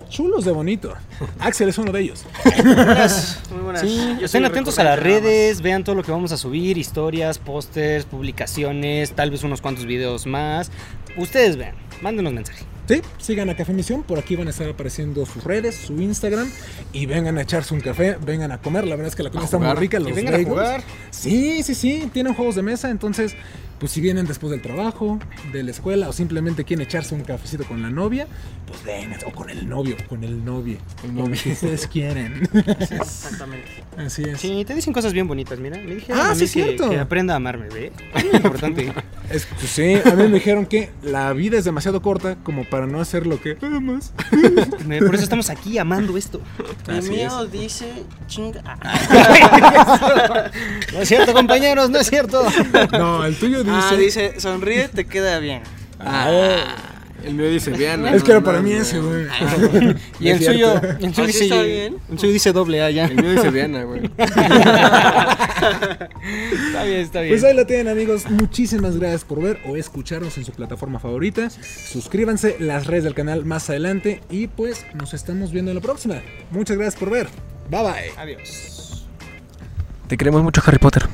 Speaker 1: chulos de
Speaker 2: [laughs]
Speaker 1: bonito. Axel es uno de ellos.
Speaker 2: Buenas, muy buenas.
Speaker 3: Sí,
Speaker 2: Yo
Speaker 3: yo
Speaker 2: Estén
Speaker 3: soy
Speaker 2: atentos a las
Speaker 3: recurrente nada
Speaker 2: redes, vean todo lo que vamos a subir, historias, pósters, publicaciones, tal vez unos cuantos videos más. Ustedes vean, mándenos mensaje.
Speaker 1: Sí, sigan a Café Misión, por aquí van a estar apareciendo sus redes, su Instagram, y vengan a echarse un café, vengan a comer, la verdad es que la comida
Speaker 4: A
Speaker 1: está muy
Speaker 4: jugar.
Speaker 1: rica,
Speaker 2: Y
Speaker 1: los
Speaker 2: vengan a
Speaker 1: bagels.
Speaker 2: jugar.
Speaker 1: Sí, sí, sí, tienen juegos de mesa, entonces, pues si vienen después del trabajo, de la escuela, o simplemente quieren echarse un cafecito con la novia, pues vengan, o con el novio, con el novio,
Speaker 4: El
Speaker 1: como
Speaker 4: novio.
Speaker 1: que ustedes quieren. [laughs]
Speaker 3: Exactamente.
Speaker 1: Así es.
Speaker 2: Sí, te dicen cosas bien bonitas, mira. Me dije
Speaker 1: Ah,
Speaker 2: a
Speaker 1: sí,
Speaker 2: mí
Speaker 1: es
Speaker 2: que,
Speaker 1: cierto.
Speaker 2: que aprenda a amarme, ¿ve? Es
Speaker 1: [laughs]
Speaker 2: importante.
Speaker 1: Es- pues sí, a mí me dijeron que la vida es demasiado corta como para no hacer lo que amas.
Speaker 2: Me- Por eso estamos aquí amando esto.
Speaker 3: Mi
Speaker 1: Así
Speaker 3: mío dice
Speaker 1: [laughs]
Speaker 3: chinga. Ah,
Speaker 2: No es cierto, compañeros, no es cierto.
Speaker 1: No, el tuyo dice...
Speaker 3: Ah, dice, sonríe, te queda bien.
Speaker 4: Ah, el mío dice, vean.
Speaker 1: Es que era
Speaker 4: no
Speaker 1: para mí
Speaker 4: mames,
Speaker 1: ese, güey. [laughs]
Speaker 2: Y el
Speaker 1: Es
Speaker 2: suyo,
Speaker 1: cierto.
Speaker 2: el suyo
Speaker 3: Así
Speaker 2: dice,
Speaker 3: está bien.
Speaker 2: el suyo dice doble A ya.
Speaker 4: El mío dice Diana, güey.
Speaker 2: Está bien, está bien.
Speaker 1: Pues ahí la tienen amigos, muchísimas gracias por ver o escucharnos en su plataforma favorita. Suscríbanse las redes del canal más adelante y pues nos estamos viendo en la próxima. Muchas gracias por ver. Bye bye.
Speaker 2: Adiós.
Speaker 6: Te queremos mucho, Harry Potter.